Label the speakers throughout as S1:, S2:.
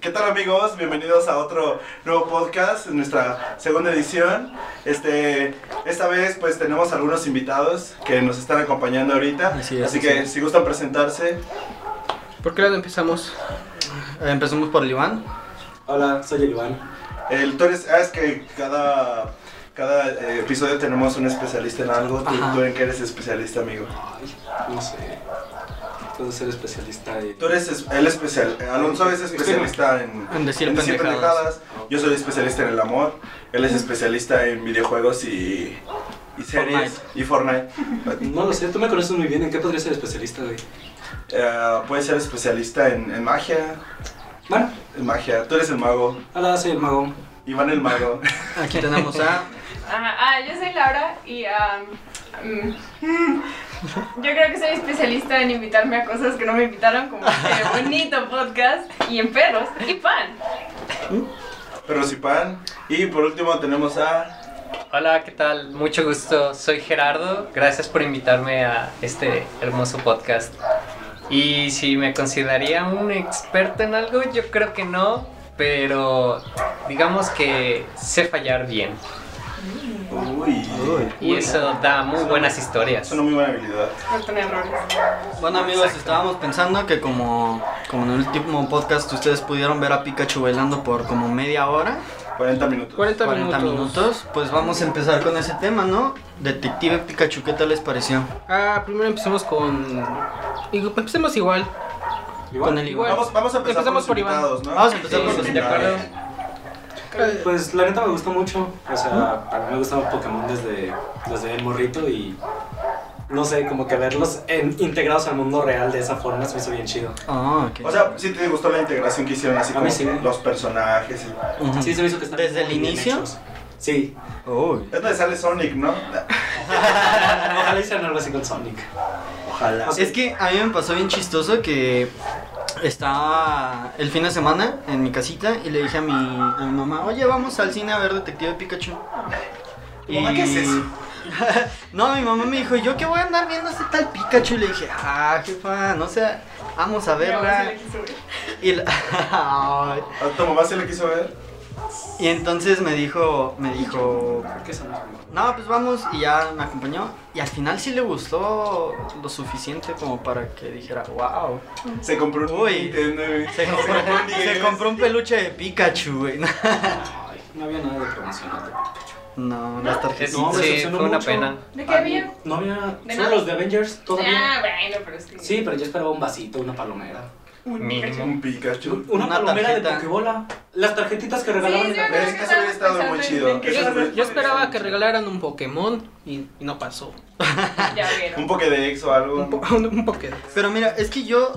S1: ¿Qué tal amigos? Bienvenidos a otro nuevo podcast, en nuestra segunda edición. Este, esta vez pues tenemos algunos invitados que nos están acompañando ahorita.
S2: Así es,
S1: así que
S2: así es.
S1: si gustan presentarse.
S2: ¿Por qué lado empezamos? Eh, empezamos por el Iván.
S3: Hola, soy el Iván.
S1: El, tú eres- ah, es que cada, cada eh, episodio tenemos un especialista en algo. ¿Tú,
S2: Ajá.
S1: tú en qué eres especialista, amigo?
S3: Ay, no sé. Puedo ser especialista de.
S1: Tú eres es- el especial. Alonso es especialista en,
S2: En decir pendejadas.
S1: Yo soy especialista en el amor. Él es especialista en videojuegos y, y series. Y Fortnite.
S3: No lo sé, tú me conoces muy bien. ¿En qué podría ser especialista, güey?
S1: Eh, puedes ser especialista en, en magia.
S3: Bueno,
S1: En magia. Tú eres el mago.
S3: hola, soy el mago.
S1: Iván el mago.
S2: Aquí tenemos a.
S4: Ah, ah, yo soy Laura y ah, mm, mm, yo creo que soy especialista en invitarme a cosas que no me invitaron, como este bonito podcast y en perros y pan.
S1: Pero si pan. Y por último tenemos a.
S5: Hola, ¿qué tal? Mucho gusto. Soy Gerardo. Gracias por invitarme a este hermoso podcast. Y si me consideraría un experto en algo, yo creo que no, pero digamos que sé fallar bien.
S1: Uy.
S5: Y eso da muy buenas historias.
S1: Es una muy buena habilidad.
S4: Faltan errores.
S2: Bueno, amigos, estábamos pensando que, como, como en el último podcast, ustedes pudieron ver a Pikachu bailando por como media hora,
S1: 40 minutos.
S6: 40,
S2: 40
S6: minutos.
S2: minutos. Pues vamos a empezar con ese tema, ¿no? Detective Pikachu, ¿qué tal les pareció?
S6: Ah, primero empecemos con. y- Empecemos igual.
S3: Iván.
S2: Con el Iván.
S1: Vamos, vamos a empezar
S6: Empezamos
S1: por
S6: por
S1: los
S6: Iván.
S1: invitados, ¿no?
S2: Vamos a empezar por
S1: Sí,
S2: los
S1: sí,
S2: invitados.
S1: de acuerdo.
S6: Eh,
S3: Pues la neta me gustó mucho. O sea, para mí me gustaba Pokémon desde, desde el morrito y. No sé, como que verlos en- integrados al mundo real de esa forma se me hizo bien chido.
S2: Ah, ok.
S1: O sea, sí te gustó la integración que hicieron así
S3: A
S1: como
S3: mí sí.
S1: los personajes. y-
S2: Ujú.
S3: Sí, se me hizo que estaban
S2: ¿Desde el
S3: muy bien
S2: inicio?
S3: hechos. Sí.
S2: Uy.
S1: Es donde sale Sonic, ¿no?
S3: Ojalá hicieran algo así con Sonic.
S1: Ojalá.
S3: O sea,
S2: Es que a mí me pasó bien chistoso que estaba el fin de semana en mi casita y le dije a mi, a mi mamá, oye, vamos al cine a ver Detective Pikachu.
S1: ¿Tu mamá qué es eso?
S2: no, mi mamá me dijo, ¿yo qué voy a andar viendo ese tal Pikachu? Y le dije, ah, jefa, no sea, vamos a
S4: Mi mamá sí
S2: verla.
S4: le quiso ver.
S2: Y, la- Ay.
S1: ¿A tu mamá se le quiso ver?
S2: y entonces me dijo, me dijo,
S3: ¿Por qué son
S2: no, pues vamos, y ya me acompañó. Y al final sí le gustó lo suficiente como para que dijera, wow.
S1: Se compró un
S2: Uy.
S1: Nintendo, güey.
S2: Se compró,
S1: un
S2: se
S1: 10.
S2: compró un peluche de Pikachu, güey.
S3: Ay, no había nada de promocionante.
S2: No, las
S5: Es-
S2: tarjetas.
S3: No, me
S5: sí,
S3: decepcionó
S5: fue una
S3: mucho.
S5: pena.
S4: ¿De qué había?
S3: No había.
S4: ¿De
S3: Solo
S4: nada?
S3: los de Avengers,
S4: Ah,
S3: todavía.
S4: bueno, pero es que.
S3: Sí, pero yo esperaba un vasito, una palomera.
S4: Un
S5: Mínimo.
S4: Pikachu.
S1: Un Pikachu.
S3: Una,
S2: Una
S3: palomera
S2: tarjeta.
S3: de Pokébola. Las tarjetitas que regalaban
S4: Sí,
S3: en
S4: sí,
S3: la
S4: me acuerdo
S1: Es que
S4: que
S1: eso hubiera
S4: estábamos
S1: estado muy
S4: pensando en-
S1: chido.
S4: en que
S1: Eso
S4: iba a
S1: es-
S4: ser-
S6: Yo esperaba que regalaran un Pokémon y, y no pasó.
S4: Ya vieron.
S1: Un Pokédex o algo.
S6: Un, po- un Pokémon.
S2: Pero mira, es que yo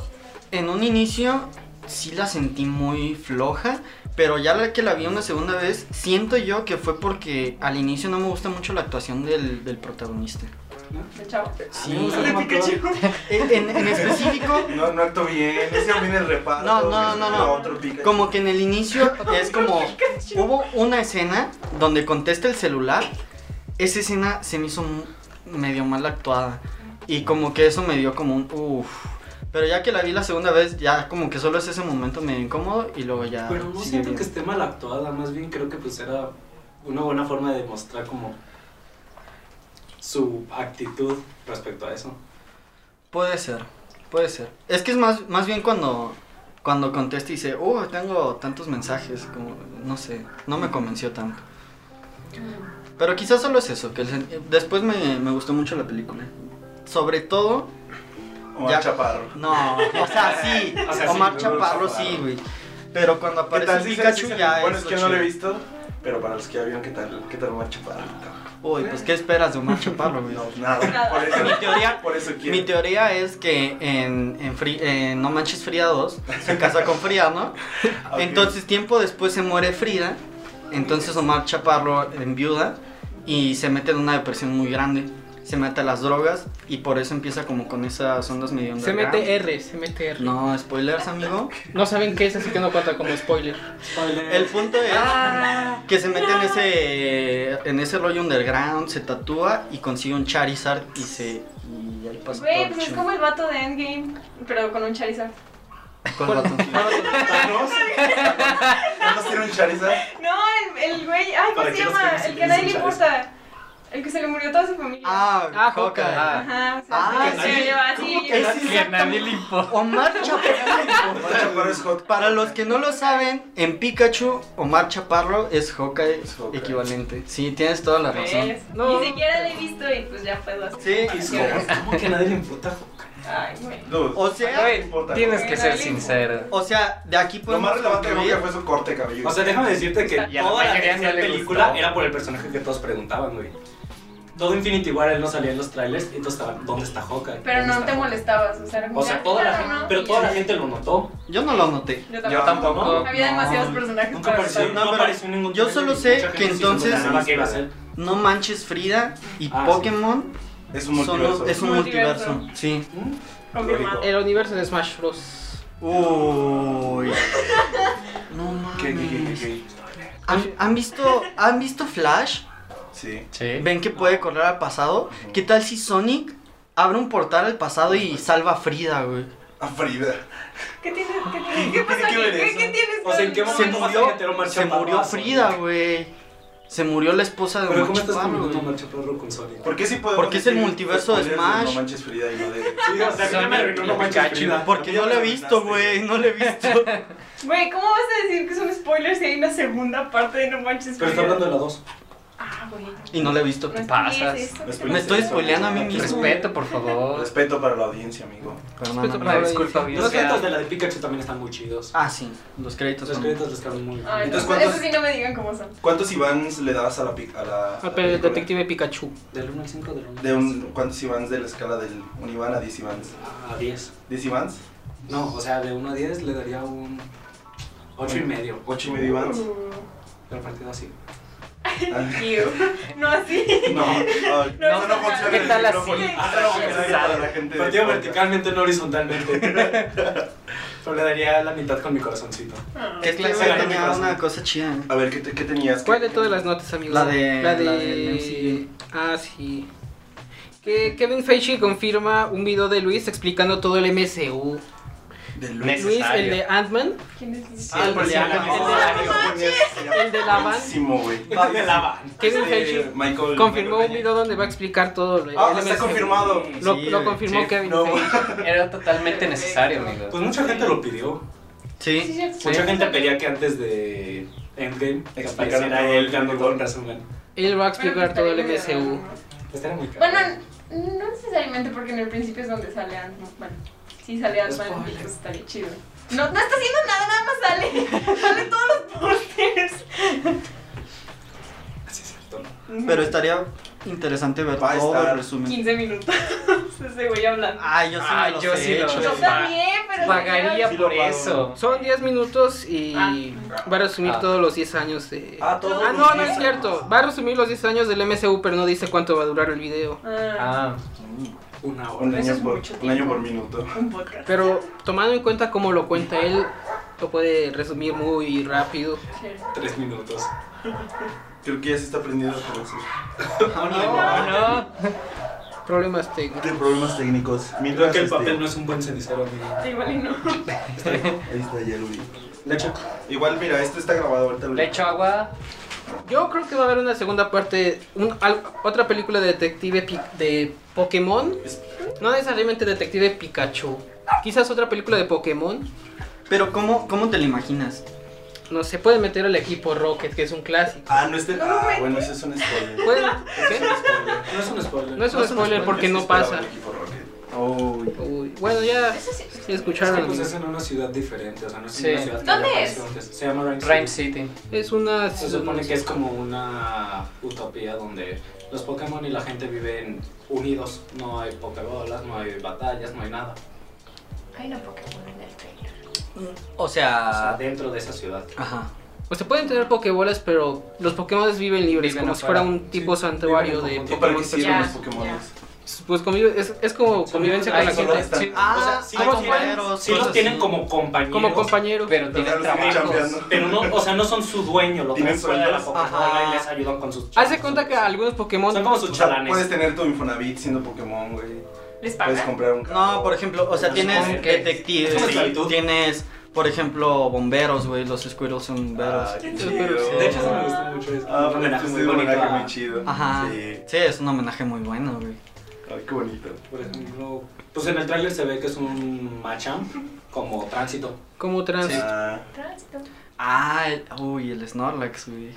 S2: en un inicio sí la sentí muy floja, pero ya la que la vi una segunda vez, siento yo que fue porque al inicio no me gusta mucho la actuación del, del protagonista.
S4: El chavo.
S2: Sí.
S3: Sale Pikachu.
S2: En, en- en específico,
S1: No, no actuó bien. Ese viene el reparto.
S2: No, no,
S1: que
S2: no,
S1: se
S2: no.
S1: Otro Pikachu.
S2: como que en el inicio es como...
S4: Pikachu.
S2: Hubo una escena donde contesta el celular. Esa escena se me hizo m- medio mal actuada. Y como que eso me dio como un uff. Pero ya que la vi la segunda vez, ya como que solo es ese momento medio incómodo y luego ya.
S3: Pero no
S2: sigue
S3: siento
S2: bien.
S3: que esté mal actuada, más bien creo que pues era una buena forma de mostrar como su actitud respecto a eso.
S2: Puede ser, puede ser. Es que es más, más bien cuando, cuando contesta y dice, oh, tengo tantos mensajes, como, no sé, no me convenció tanto. Pero quizás solo es eso, que el sen- después me, me gustó mucho la película. Sobre todo
S1: Omar
S2: Ya.
S1: Chaparro.
S2: No, o sea, sí.
S3: O sea, sí,
S2: Omar
S1: Omar
S2: Chaparro,
S1: Chaparro.
S2: sí, güey. Pero cuando
S1: ¿Qué
S2: aparece
S1: tal?
S2: el
S1: Sí, sí,
S2: Pikachu
S1: sí, sí.
S2: ya
S1: Bueno, es
S2: es
S1: que
S2: lo
S1: no lo he
S2: chido.
S1: visto. Pero para los que ya vieron, ¿qué tal? ¿Qué tal Omar Chaparro?
S2: Uy, pues ¿qué esperas de Omar Chaparro, güey?
S1: No, nada.
S4: Nada.
S1: Por eso,
S2: Mi teoría-
S1: Por eso quiero.
S2: Mi teoría es que en, en, Fri- en No Manches Frida 2 se casa con Frida, ¿no?
S1: Ok.
S2: Entonces tiempo después se muere Frida, entonces Omar Chaparro en viuda y se mete en una depresión muy grande, se mete a las drogas y por eso empieza como con esas ondas medio
S6: Se
S2: underground.
S6: mete R, se mete R. No.
S2: No, spoilers, amigo.
S6: saben qué es, así que no cuenta como spoiler.
S3: Spoiler.
S2: El punto es
S6: Ah.
S3: Ah.
S2: que se mete en ese en ese rollo underground, se tatúa y consigue un Charizard y se y ahí pasa todo
S4: Güey,
S2: el
S4: pues es
S2: show.
S4: como el vato de Endgame, pero con un Charizard.
S2: ¿Cuál ratón?
S1: ¿Thanos? ¿Thanos tiene un Charizard?
S4: No, el, el güey. Ay, ¿cómo
S3: Para
S4: se
S3: que los
S4: llama?
S3: felices
S4: El que a nadie le
S3: escuchar
S4: importa. El que se le murió a toda su familia.
S2: Ah,
S6: Ah,
S2: Hawkeye.
S6: Hawkeye.
S4: Ajá, o sea,
S2: Ah,
S4: se
S1: sí.
S4: lo lleva así.
S2: ¿Cómo que sí?
S5: Que a nadie le importa.
S2: Omar Chaparro.
S1: Omar Chaparro es hot.
S2: Para los que no lo saben, en Pikachu, Omar Chaparro es Hawkeye
S1: Es Hawkeye.
S2: equivalente. Sí, tienes toda la razón.
S4: ¿Ves?
S6: No.
S4: Ni siquiera lo he visto y pues ya puedo hacer.
S2: Sí,
S1: Es
S4: Hawkeye.
S1: hot.
S3: ¿Cómo que a nadie le importa Hawkeye?
S4: Ay, güey.
S1: Dude,
S2: O sea,
S5: Güey, tienes que ser sincero.
S2: o sea, de aquí
S1: Lo
S2: podemos
S1: más relevante de Boca
S2: concluir.
S1: fue su corte de cabello.
S3: O sea, déjame decirte que
S5: Y a la
S3: toda la
S5: mayoría
S3: que hacía
S5: no le
S3: película
S5: gustó.
S3: era por el personaje que todos preguntaban, güey. Todo Infinity War él no salía en los trailers y todos estaban, ¿dónde está Hawkeye?
S4: Pero
S3: ¿Dónde
S4: no
S3: está
S4: te
S3: Hawkeye?
S4: molestabas, o sea, era como,
S3: O sea,
S4: ya,
S3: toda la
S4: claro,
S3: gente,
S4: ¿no?
S3: pero
S4: Y
S3: toda
S4: ya.
S3: la gente lo notó.
S2: Yo no lo noté.
S4: Yo
S5: Yo tampoco.
S4: Había demasiados
S3: No,
S4: personajes
S3: Nunca
S4: para
S3: apareció,
S4: hablar.
S3: no,
S2: No, pero
S3: apareció en ningún
S2: yo
S3: trailer,
S2: solo
S3: mucha
S2: sé
S3: gente
S2: que
S3: no se hizo
S2: entonces-
S3: nada más que iba a ser.
S2: No manches Frida y
S3: Ah, sí.
S2: Pokémon
S1: Es un
S2: son los-
S1: multiverso.
S2: es un multiverso.
S4: Multiverso.
S2: Sí.
S3: ¿Mm?
S4: Confirmado.
S6: El universo de Smash Bros.
S2: Uy. No mames.
S1: ¿Qué, qué, qué, qué,
S2: ¿Han, han visto, ¿Han visto Flash?
S1: qué? Sí.
S5: Sí.
S2: ¿Ven que puede correr al pasado? ¿Qué tal si Sonic abre un portal al pasado y salva a Frida, güey?
S1: A Frida.
S4: ¿Qué tienes? ¿Qué
S1: ¿Qué
S4: tienes? ¿Qué
S1: tiene
S4: pasó
S1: que
S4: aquí?
S1: ver
S4: ¿Qué
S1: eso?
S4: qué tienes?
S3: O sea, ¿en qué
S4: con-
S2: Se
S3: momento vas a
S2: murió,
S3: meter a Omar
S2: se
S3: Chaparro
S2: murió
S3: a
S2: Frida,
S3: Sonic?
S2: güey. Se murió la esposa de
S3: Pero
S2: Omar
S3: ¿cómo estás
S2: Chaparro,
S3: combinando a
S2: güey.
S3: Marcha Perro con Sonic?
S1: ¿Por qué sí podemos
S2: Porque es el
S1: decir
S2: multiverso de
S1: spoilers
S2: Smash.
S1: No manches Frida y no de...
S3: Sí, o sea,
S5: Sonic
S3: ya me arruinó
S5: y
S3: No Manches
S5: Pikachu.
S3: Frida.
S2: Porque no lo he visto, güey. No lo he visto.
S4: Güey, ¿cómo vas a decir que son spoilers si hay una segunda parte de No Manches
S3: Pero está
S4: Frida?
S3: hablando de la 2.
S4: Ah, güey. No
S2: Y no lo he visto.
S5: Pues,
S4: estudies
S5: pasas.
S4: eso.
S1: Me
S2: Me estoy spoileando a mí mismo.
S5: Respeto, por favor.
S1: Respeto para la audiencia, amigo.
S2: Perdóname.
S5: Una pues, disculpa bien.
S3: Los
S5: sea.
S3: créditos de la de Pikachu también están muy chidos.
S2: Ah, sí. Los créditos
S3: Los
S2: son...
S3: créditos les quedan muy
S4: Ay,
S1: Entonces,
S4: no,
S1: ¿cuántos-
S4: eso sí no me digan cómo son.
S1: ¿Cuántos Ivans le das a la... pic- A la, a la
S6: Ah, pero el
S1: película?
S6: detective Pikachu.
S3: Del 1 al 5, del 1 al
S1: De un, ¿Cuántos Ivans de la escala del un Iván a 10 Ivans?
S3: Ah, A 10.
S1: ¿10 Ivans?
S3: No, o sea, de 1 a 10 le daría un 8 y medio.
S1: 8 y medio Ivans.
S4: Uh,
S3: Pero partido así.
S1: Ah,
S4: Ew. No así.
S1: No, ay,
S4: No,
S1: no, no
S4: no,
S1: funciona
S5: ¿qué
S1: el
S5: tal
S1: micrófono.
S5: así?
S1: Ah, no, que se oiga para la gente de
S3: Partido
S1: podcast.
S3: verticalmente, no horizontalmente. Pero le daría la mitad con mi corazoncito.
S2: Que es que
S3: Se ganó mi
S2: tenía
S3: corazón.
S2: una cosa chida. ¿eh?
S1: A ver, ¿qué, te- qué tenías?
S6: ¿Cuál de todas las notas, amigos?
S2: La de-
S6: La de...
S2: la del MCU.
S6: Ah, sí. Que Kevin Feige confirma un video de Luis explicando todo el MCU.
S1: De
S5: Nece-
S6: Luis, el
S5: Necesario.
S6: de Ant-Man,
S4: ¿Quién es ese?
S6: Ah, el
S3: de
S1: Ah,
S3: Ant-Man.
S1: no,
S6: el de la van.
S1: Buenísimo, güey.
S3: El de lava.
S6: Kevin
S1: Este,
S6: Feige
S1: Michael.
S6: confirmó
S1: Michael
S6: un video donde va a explicar todo lo- el
S1: Ah, está
S6: MCU.
S1: confirmado.
S6: Lo,
S2: Sí,
S6: lo
S2: güey.
S6: confirmó
S5: Sí.
S6: Kevin
S1: No.
S6: Feige.
S5: Era totalmente necesario, amigo.
S3: Pues mucha gente lo pidió.
S4: Sí,
S2: Sí.
S4: cierto.
S3: Mucha gente pedía que antes de Endgame que
S1: Explicaran
S3: apareciera
S1: todo.
S3: él dando todo un resumen.
S6: Él va a
S4: Bueno,
S6: explicar
S4: pues,
S6: todo el
S4: también me da,
S6: MCU.
S4: ¿no?
S3: Este era muy caro.
S4: Bueno, no necesariamente porque en el principio es donde sale Ant-Man. Bueno, sí sale Ant-Man y
S3: Spoiler.
S4: pues estaría chido. No, no está haciendo nada, nada más sale. Salen todos los pósters.
S3: Ah, Sí, es cierto.
S2: Pero estaría interesante ver
S1: Va a
S2: todo
S1: estar
S2: el resumen.
S4: 15 minutos. Ese güey hablando.
S2: Ah, pues, yo sí me
S5: Ah,
S2: lo
S5: yo
S2: sé,
S5: sí lo
S2: hecho.
S4: Yo
S5: va-
S4: también, pero.
S5: Pagaría
S1: Sí lo
S5: por
S1: pago.
S5: eso.
S6: Son 10 minutos y
S4: Ah.
S6: va a resumir
S5: Ah.
S6: todos los 10 años de...
S1: Ah, todo.
S6: Ah, no, no es cierto. Va a resumir los 10 años del MCU, pero no dice cuánto va a durar el video.
S4: Ah,
S5: Ah,
S3: Una
S1: Un
S3: hora.
S4: Eso
S1: año,
S4: es
S1: por,
S4: mucho
S1: un año
S4: tiempo.
S1: por minuto.
S4: Ah, un podcast.
S6: Pero tomando en cuenta cómo lo cuenta él, lo puede resumir muy rápido.
S4: Sí.
S3: Tres minutos.
S1: Creo que ya se está aprendiendo a conocer.
S5: no, no.
S6: Problemas técnicos.
S1: De problemas técnicos.
S3: Creo
S1: Mientras
S3: que el
S1: este,
S3: papel no es un buen cenicero, amigo.
S4: Igual y no.
S1: Ahí está, ya lo vi.
S3: De hecho,
S1: Igual, mira, esto está grabado ahorita. lo-
S5: Le echo agua.
S6: Yo creo que va a haber una segunda parte, un- al- otra película de detective pi- de Pokémon. No necesariamente detective Pikachu. Quizás otra película de Pokémon.
S2: Pero ¿cómo, ¿cómo te lo imaginas?
S6: No se puede meter al equipo Rocket, que es un clásico.
S1: Ah, no este.
S4: No,
S1: Ah,
S4: güey.
S1: bueno, eso es un spoiler.
S6: Pueden- ¿qué?
S3: no es un spoiler.
S6: No es un spoiler porque
S1: Yo sí
S6: no
S1: esperaba
S6: pasa.
S1: el equipo Rocket.
S2: Uy.
S6: Uy, bueno, ya
S4: Eso sí.
S3: Es que
S6: escucharon.
S3: pues es en una ciudad diferente, o sea, no es
S5: Sí.
S3: una ciudad que
S4: ¿Dónde
S3: haya
S4: es?
S3: aparecido antes. Se llama Rhyme City.
S5: Rhyme City.
S6: Es una...
S3: Se supone que es como una utopía donde los Pokémon y la gente viven unidos. No hay Pokébolas, no hay batallas, no hay nada.
S4: Hay una Pokémon en el trailer.
S2: O
S3: O sea,
S1: Ah.
S2: sea...
S3: dentro de esa ciudad.
S2: Ajá.
S6: O pues, se pueden tener Pokébolas, pero los Pokémon viven libres,
S5: Viven
S6: como si
S5: afuera.
S6: fuera un tipo
S3: Sí,
S6: santuario de
S3: viven en
S1: ¿Y para qué
S6: Pokémon.
S1: sirven los
S4: Ya,
S1: Pokémon?
S4: ya.
S6: Pues convive- es, es como convivencia con
S5: Ay,
S6: la
S1: solo
S6: gente.
S1: están-
S5: Sí.
S3: O
S2: Ah,
S3: sea, sí
S2: hay
S3: los
S2: compañeros,
S3: Sí los
S2: cosas
S3: tienen
S2: así.
S3: como compañeros.
S6: Como compañero.
S5: Pero
S1: Pero
S5: tienen
S1: los siguen
S5: trabajos.
S1: chambeando.
S3: Pero no, o sea, no son su dueño, lo
S1: Tienen
S3: traen fuera de la
S1: sueldos.
S3: Pokébola
S2: Ajá.
S3: y les ayudan con sus
S6: Hace
S3: chambas.
S6: cuenta que algunos Pokémon
S3: Son como sus
S1: O sea,
S3: chalanes.
S1: puedes tener tu Infonavit siendo Pokémon, güey. Puedes
S4: les pagan.
S1: comprar un carro.
S2: No, por ejemplo, o sea,
S1: Es
S2: tienes
S5: como que-
S2: detectives,
S3: es como
S2: sí,
S3: esclavitud.
S2: tienes, por ejemplo, bomberos, güey, los Squirrels son bomberos.
S1: Ah, qué
S6: Sí,
S1: chido.
S6: pero sí.
S3: De hecho, eso me gustó mucho. Es
S1: Ah,
S3: un homenaje
S1: pues,
S3: muy
S1: es un
S3: bonito.
S1: homenaje
S3: a-
S1: muy chido.
S2: Ajá.
S1: Sí.
S2: Sí, es un homenaje muy bueno, güey.
S1: Ay, qué bonito.
S3: Por ejemplo, pues en el tráiler se ve que es un Machamp como tránsito.
S6: Como trans.
S1: Ah,
S4: Tránsito.
S2: Ah, el- uy, el Snorlax, güey.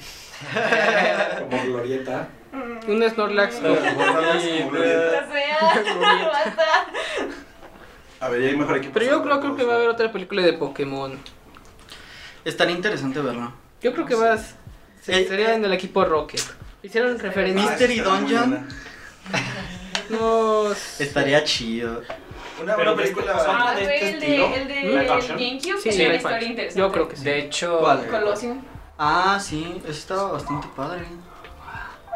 S3: Como glorieta.
S4: Mm.
S6: Un Snorlax.
S1: Pero, como sabes, como
S4: O
S1: glorieta.
S4: sea, basta.
S1: A ver, ya hay mejor equipo.
S6: Pero yo creo, creo que va a haber otra película de Pokémon.
S2: Estaría interesante verlo.
S6: Yo creo que vas.
S2: Eh,
S6: Sería en el equipo Rocket. Hicieron referencia.
S2: Mystery
S1: Ah, está muy
S2: Dungeon.
S1: buena.
S6: No.
S2: Estaría chido.
S1: Una,
S3: Pero
S1: una película.
S3: este-
S4: Ah,
S3: ¿de
S4: güey,
S3: este
S4: el
S3: estilo?
S4: de, el de
S3: ¿Live action?
S4: GameCube
S6: Sí,
S4: tenía una
S6: live
S4: historia
S6: action.
S4: interesante.
S6: Yo creo que sí.
S5: De hecho,
S2: ¿Cuál?
S4: Colosio.
S2: Ah, sí, eso estaba bastante padre.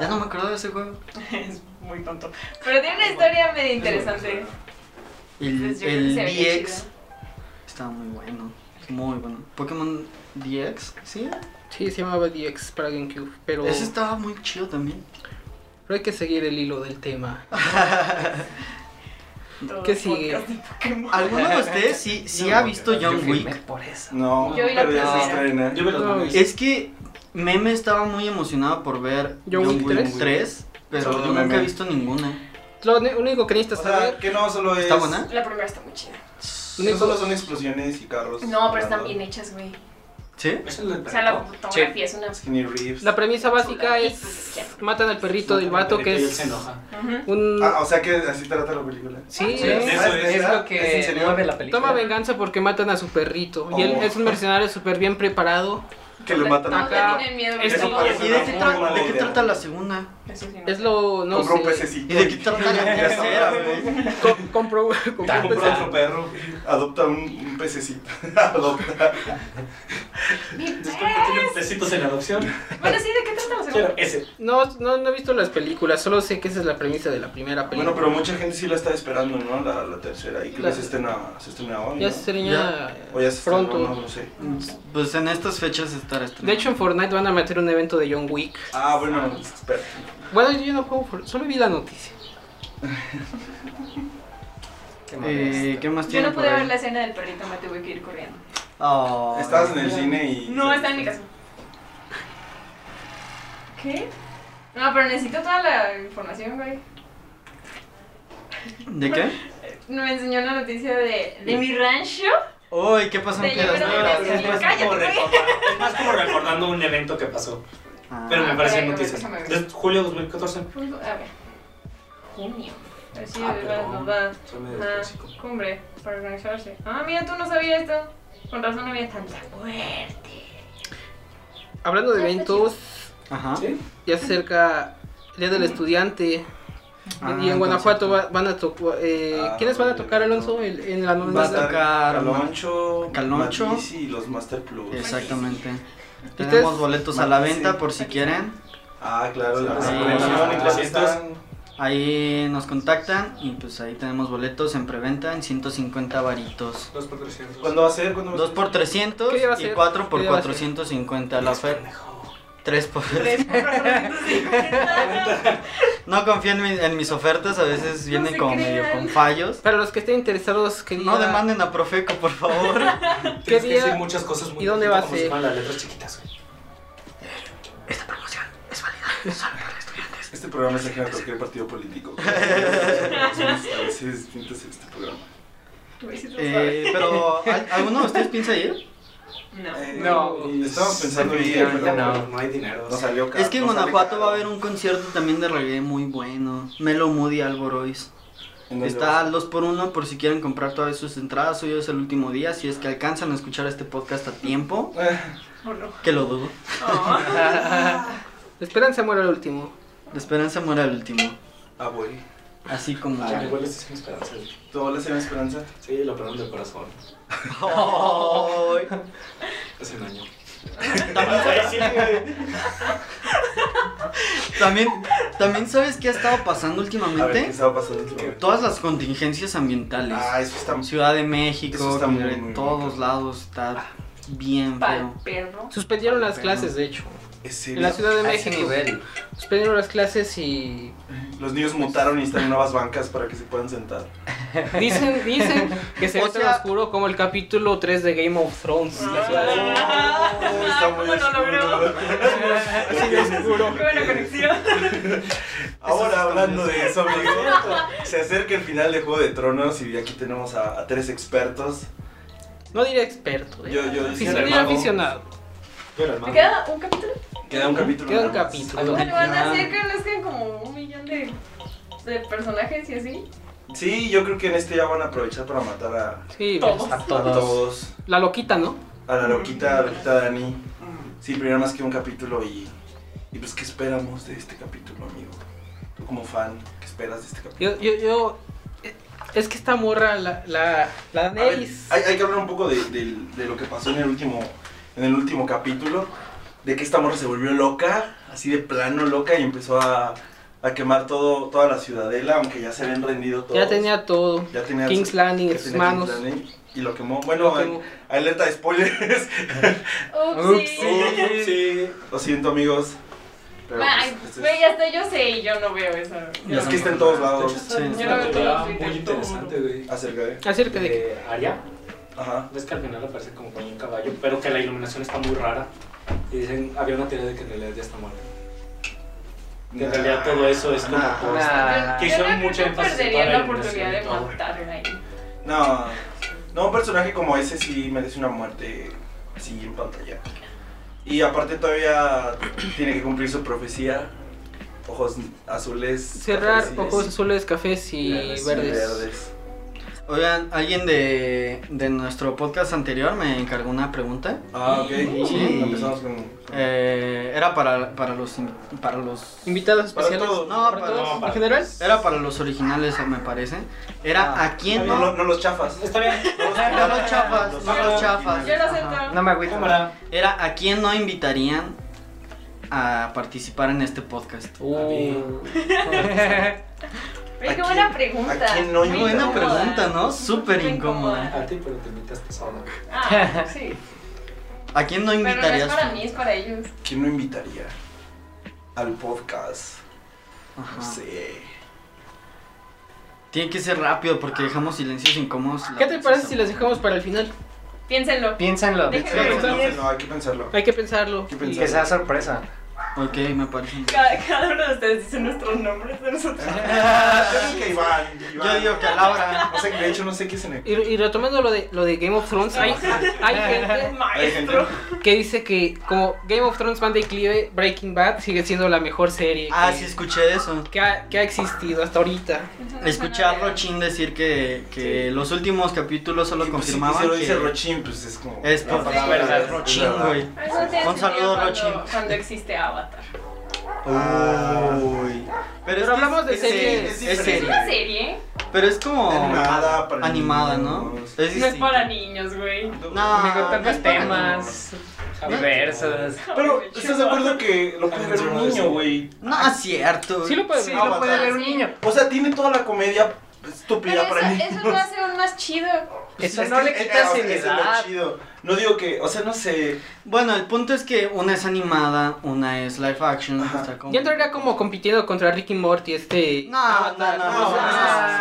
S2: Ya no me acuerdo de ese juego.
S4: Es muy tonto. Pero tiene una historia medio interesante.
S2: El,
S4: Entonces, Pues yo creo
S2: el
S4: que se vería
S2: DX
S4: chido.
S2: estaba muy bueno. Muy bueno. Pokémon DX, sí.
S6: Sí, se llamaba DX para GameCube. Pero,
S2: Ese estaba muy chido también.
S6: pero hay que seguir el hilo del tema.
S4: Todo
S6: ¿Qué
S4: el
S6: sigue?
S4: podcast de Pokémon.
S2: ¿Alguno de ustedes sí, sí ha visto
S5: yo
S2: John
S5: firmé
S2: Wick?
S5: por eso.
S1: No,
S4: Yo vi la
S1: pero ya se
S4: primera.
S1: estrena.
S3: Yo me los
S6: No,
S3: mames.
S2: Es que Meme estaba muy emocionado por ver
S6: John Wick 3.
S2: 3, pero
S1: Solo
S2: yo
S1: John
S2: nunca he
S1: Meme.
S2: visto ninguna.
S6: Lo ne- único que
S1: O
S6: necesitas
S1: sea,
S6: saber.
S1: que no solo es.
S2: ¿Está buena?
S4: La primera está muy chida.
S1: No solo son explosiones y carros.
S4: No, pero están
S1: volando.
S4: bien hechas, güey.
S2: ¿Sí?
S3: Es el del
S4: O sea, la
S3: perrito.
S4: fotografía es una.
S1: Skinny Reeves.
S6: La premisa básica es.
S4: Chula.
S6: Matan al perrito del vato que
S3: Y él se
S6: es.
S3: enoja.
S4: Ujú.
S6: Un.
S1: Ah, o sea que así trata la película.
S6: Sí,
S5: Sí,
S6: es-
S5: eso es, es lo que
S1: ¿Es en serio?
S5: mueve la película.
S6: Toma venganza porque matan a su perrito. Y él
S1: Oh.
S6: es un mercenario súper bien preparado.
S1: Que lo matan
S4: Todos
S1: acá.
S4: le tienen miedo, güey.
S1: Eso
S4: Sí.
S1: parece
S2: ¿Y
S1: una
S2: de qué,
S1: muy
S2: tra-
S1: mala
S2: de qué
S1: idea.
S2: trata la segunda?
S4: Eso sí, no.
S6: Es lo. No
S1: Compró un
S6: sé.
S1: pececito.
S2: ¿Y de qué trata la
S1: Ya sabrás,
S2: tercera,
S1: güey.
S2: güey?
S6: Co- Compró. compró un
S1: Compra
S6: pececito.
S1: otro perro. Adopta un, un pececito. Adopta.
S4: Bien,
S3: Disculpe, ¿tienen pesitos en adopción?
S4: Bueno, sí, ¿de qué trata la
S3: Quiero
S4: segunda?
S3: ese.
S6: No, no, no he visto las películas, solo sé que esa es la premisa de la primera película.
S1: Bueno, pero mucha gente sí la está esperando, ¿no? La, la tercera. Y que
S6: La-
S1: se estrena, se estrena hoy.
S6: Ya
S1: ¿no?
S6: se estrena
S1: O ya se
S6: pronto.
S1: estrenó, no, no sé.
S2: Pues en estas fechas estará estrenando.
S6: De hecho, en Fortnite van a meter un evento de John Wick.
S1: Ah, bueno, espera.
S6: Bueno, yo ya no juego Fortnite, solo vi la noticia.
S5: Qué molesto.
S2: Eh, ¿Qué más
S4: Yo
S2: tiene
S4: no pude
S2: por ahí?
S4: ver la escena del perrito, me tuve que ir corriendo.
S2: Oh,
S1: Estabas en el cine y.
S4: No, está en mi casa. ¿Qué? No, pero necesito toda la información, güey.
S2: ¿De qué?
S4: Me enseñó la noticia de, de mi rancho.
S2: Uy, ¿qué pasó en
S4: De
S2: Piedras
S4: Libro de
S2: Negras?
S4: Destino.
S2: ¿Qué pasó?
S4: Cállate,
S3: como
S4: güey.
S3: recordar- es más como recordando un evento que pasó.
S2: Ah,
S3: Pero me
S4: Ah,
S3: parece
S4: pero,
S3: noticias.
S4: déjame ver.
S3: Desde julio 2014.
S4: Pues, A ver. Junio. Así
S3: Ah,
S4: de la
S3: perdón.
S4: verdad.
S3: Soy medio
S6: Ah.
S4: Una
S3: disléxico.
S4: cumbre para organizarse. Ah, mira, tú no sabías esto. Con razón no había tanta muerte.
S6: Hablando de eventos,
S2: Ajá.
S3: ¿Sí?
S6: ya se acerca el Día del Estudiante.
S2: Ah,
S6: y en
S2: entonces-
S6: Guanajuato va- van a tocar.
S1: Ah,
S6: ¿Quiénes van a tocar,
S1: bueno.
S6: Alonso? El- en la
S1: Va a
S2: Vas a
S6: novena.
S1: estar
S2: tocar
S1: Caloncho,
S2: Caloncho.
S1: Matiz y los Master Plus.
S2: Exactamente.
S6: ¿Ustedes?
S2: Tenemos boletos a la
S1: Matiz,
S2: venta
S1: sí.
S2: por si quieren.
S1: Ah, claro, la
S3: Sí.
S1: promoción y
S3: Ah,
S1: las
S3: sí,
S1: fiestas.
S2: Ahí nos contactan y pues ahí tenemos boletos en preventa en 150 varitos.
S3: Dos por 300.
S1: ¿Cuándo va a ser? ¿Cuándo va a
S2: 2
S1: ser?
S2: por 300
S6: ¿Qué iba a
S2: y
S6: ser?
S2: 4 por
S6: ¿Qué iba a ser?
S2: 450 la oferta. 3 por
S4: Tres por 450.
S2: No confío en, mi- en mis ofertas, a veces vienen
S4: se
S2: como medio
S4: crean.
S2: con fallos.
S6: Para los que estén interesados, ¿qué día?
S2: No demanden a Profeco, por favor.
S3: Tienes
S6: ¿Qué
S3: que
S6: día?
S3: decir muchas cosas muy
S6: ¿Y dónde va a
S3: como si
S6: ser?
S3: fueran las letras chiquitas, güey.
S1: Este programa es ajeno a cualquier partido político. A veces distintos este programa.
S4: Güey, si tú sabes.
S2: Eh, pero, ¿al- ¿alguno de ustedes piensa ir?
S4: No.
S1: Eh,
S5: No.
S1: Estábamos pensando ir,
S5: Definitivamente
S1: pero
S5: no.
S1: no.
S3: No hay dinero.
S1: salió caro,
S2: Es que en
S1: nos sale
S2: Guanajuato
S1: caro.
S2: va a haber un concierto también de reggae muy bueno. Melo Moody Alborois.
S1: ¿En dónde
S2: Está
S1: va?
S2: al 2 por 1 por si quieren comprar todas sus entradas. Hoy es el último día. Si es que alcanzan a escuchar este podcast a tiempo,
S1: Eh,
S4: ¿O no?
S2: que lo dudo.
S4: Oh.
S6: Esperanza muere al último.
S2: La esperanza muere al último.
S1: Ah, güey.
S2: Así como.
S3: Ay, igual es sin esperanza. güey.
S1: ¿Tu abuela se llama Esperanza?
S3: Sí, lo perdón del corazón.
S2: Ay.
S3: Hace un año.
S2: También, también sabes qué ha estado pasando
S1: A ver, ¿qué
S2: últimamente.
S1: estaba pasando últimamente?
S2: Todas las contingencias ambientales.
S1: Ah, eso está...
S2: Ciudad de México,
S1: Eso está muy, Ah.
S2: de
S1: muy
S2: todos
S1: bien.
S2: lados está bien
S4: Pal
S2: feo.
S4: perro.
S6: Suspendieron las
S2: Pero-
S6: clases, de hecho.
S1: ¿En
S6: En
S1: serio?
S6: la Ciudad de
S5: A ese
S6: México.
S5: nivel.
S6: Suspendieron las clases y
S1: Los niños mutaron y están en nuevas bancas para que se puedan sentar.
S6: dicen, dicen que se
S2: O
S6: ve tan
S2: sea-
S6: oscuro como el capítulo 3 de Game of Thrones. la ciudad de México.
S4: Ah,
S1: Está muy
S4: ¿cómo lo logró?
S1: oscuro.
S6: Así de oscuro.
S4: Qué buena conexión.
S1: Ahora hablando de eso, amigo, se acerca el final de Juego de Tronos y aquí tenemos a, a tres expertos.
S6: No diré experto.
S1: Yo- yo decía
S6: diré aficionado.
S1: el mago.
S6: aficionado.
S3: Yo era el mago.
S4: ¿Me queda un capítulo?
S1: Queda un capítulo.
S6: Queda un
S1: nada más.
S6: capítulo.
S4: ¿Cómo lo van a
S3: Ya.
S4: hacer que nos queden como un millón de, de personajes y así?
S1: Sí, yo creo que en este ya van a aprovechar para matar a,
S6: Sí, pues,
S4: Todos.
S5: A
S1: a
S5: todos.
S1: todos.
S6: la loquita, ¿no?
S1: A la loquita, a la loquita Dani. Sí, primero más que un capítulo y. Y pues, ¿qué esperamos de este capítulo, amigo? Tú como fan, ¿qué esperas de este capítulo?
S6: Yo, yo, yo. Es que esta morra, la, la, la
S1: A ver,
S6: Daenerys.
S1: hay, hay que hablar un poco de, de- de lo que pasó en el último en el último capítulo, de que esta morra se volvió loca, así de plano loca y empezó a, a quemar todo toda la ciudadela, aunque ya se habían rendido todos.
S6: Ya tenía todo.
S1: ya tenía
S6: King's Landing
S1: ya
S6: en sus
S1: tenía
S6: manos.
S1: King's Landing y lo quemó. Bueno, eh,
S6: Lo quemó.
S1: a- alerta de spoilers.
S4: Upsi.
S1: sí. Lo siento, amigos. Pero,
S4: Ay,
S1: pues, este es-
S4: Güey, hasta yo sé y yo no veo eso.
S1: y es que este está en todos lados
S2: Sí.
S3: Es una teoría muy interesante, güey.
S1: acerca de.
S6: Acerca
S1: eh,
S6: de.
S3: De Aria.
S1: Ajá.
S3: Ves que al final aparece como con un caballo, pero que la iluminación está muy rara. Y dicen, había una teoría de que en realidad ya está muerta. Que en realidad todo eso es como
S1: Nah.
S3: por-
S5: Nah.
S4: Yo,
S3: Quizá
S4: yo no
S3: mucho
S4: creo que
S3: énfasis en
S4: perdería
S3: toda la
S4: la oportunidad de
S3: iluminación y todo.
S4: matarla ahí.
S1: No, no, un personaje como ese sí merece una muerte así en pantalla. Y aparte todavía tiene que cumplir su profecía. Ojos azules.
S6: Cerrar
S1: cafés y-
S6: ojos azules, cafés y
S3: Verdes.
S1: y
S6: verdes.
S1: verdes.
S2: Oigan, alguien de, de nuestro podcast anterior me encargó una pregunta.
S1: Ah, ok.
S2: Sí.
S1: Empezamos con...
S2: Eh, era para, para los in- para los
S6: Invitados
S1: Para
S6: especiales.
S1: todos.
S2: No,
S6: ¿Para
S2: para
S6: todos
S3: No,
S6: en
S3: para-
S6: general?
S2: era para los originales, me parece. Era
S5: Ah,
S2: a quién
S1: No,
S2: no
S1: no, no los chafas.
S3: Está bien,
S2: No los chafas,
S1: Los
S2: no los chafas.
S4: Yo lo
S2: Ajá.
S4: acepto.
S5: No me agüito.
S3: cámara.
S2: Era a quién no invitarían a participar en este podcast.
S6: Uh,
S4: Oye, qué
S1: ¿A
S4: buena
S1: quién-
S4: pregunta.
S1: a quién no
S4: Muy
S1: Buena
S2: Buena
S4: incómoda.
S2: pregunta, ¿no? Súper
S4: Muy
S2: incómoda.
S3: A ti, pero te invitaste solo.
S4: Ah, sí.
S2: ¿A quién no
S4: Pero no es
S2: invitarías?
S4: para mí, es para ellos.
S1: ¿Quién no invitaría al podcast?
S2: Ajá.
S1: No sé.
S2: Tiene que ser rápido porque dejamos silencios incómodos. la
S6: ¿Qué te
S2: vez
S6: parece
S2: esa-
S6: si las dejamos para el final?
S4: Piénsenlo.
S5: Piénsenlo.
S4: Déjenme
S1: No,
S4: pensar.
S1: no, no, hay que pensarlo.
S6: Hay que pensarlo.
S1: Hay que
S5: Y que sea
S1: pensarlo.
S5: sorpresa.
S2: Ok, me parece.
S4: Cada, cada uno de ustedes dice nuestros nombres de nosotros.
S1: Yo digo que Iván, Iván.
S2: Yo digo que a Laura.
S1: No sé, de hecho no sé qué es en el...
S6: Y, y retomando lo de, lo de Game of Thrones, hay, hay gente
S1: Hay gente-
S4: Maestro.
S6: que dice que como Game of Thrones van declive, Breaking Bad sigue siendo la mejor serie
S2: Ah,
S6: que,
S2: sí, escuché eso.
S6: que ha, que ha existido hasta ahorita.
S2: Escuché a Rochin decir que, que los últimos capítulos solo
S1: Y, pues,
S2: confirmaban
S1: si lo
S2: que
S1: dice Rochín, pues es como...
S2: es
S1: la
S2: por
S4: sí,
S1: palabra
S5: verdad,
S1: de-
S2: Rochin,
S1: es verdad.
S2: güey.
S4: Eso
S2: Un
S4: tiene sentido
S2: saludo,
S4: cuando-
S2: Rochin.
S4: Cuando existe Avatar.
S1: Uy.
S2: Pero, es
S6: Pero
S2: que
S6: hablamos de
S2: es-
S6: series.
S2: es-
S1: Es
S2: Es
S4: Es
S2: serie.
S4: una serie.
S2: Pero es como
S1: Animada, para
S2: animada, ¿no?
S1: niños.
S2: Es
S4: No es
S2: distinto.
S4: para niños, güey.
S2: No,
S5: Amigo,
S2: no es
S5: tantos
S2: para
S5: temas diversos.
S1: Pero, ¿estás de acuerdo que lo puede ver un niño, güey?
S2: niños. No, es cierto.
S6: Sí lo puedes
S5: Sí,
S6: ver.
S5: lo puede
S1: Avatar.
S5: ver un niño.
S1: O sea, tiene toda la comedia
S4: Pero
S1: estúpida
S4: eso,
S1: para niños.
S4: eso lo hace aún más chido.
S5: Eso
S1: Es
S5: no
S1: que-
S5: le
S1: eh, o
S5: quita
S1: sea, eso es lo
S5: seriedad.
S1: chido. No digo que, o sea, no sé.
S2: Bueno, el punto es que una es animada, una es live action.
S1: Ajá.
S2: está como-
S6: Yo entraría como compitiendo contra Ricky Morty, este...
S2: No, no,
S1: No,
S2: no, no, no,
S1: no, no,
S2: no, no.
S1: no, no, no,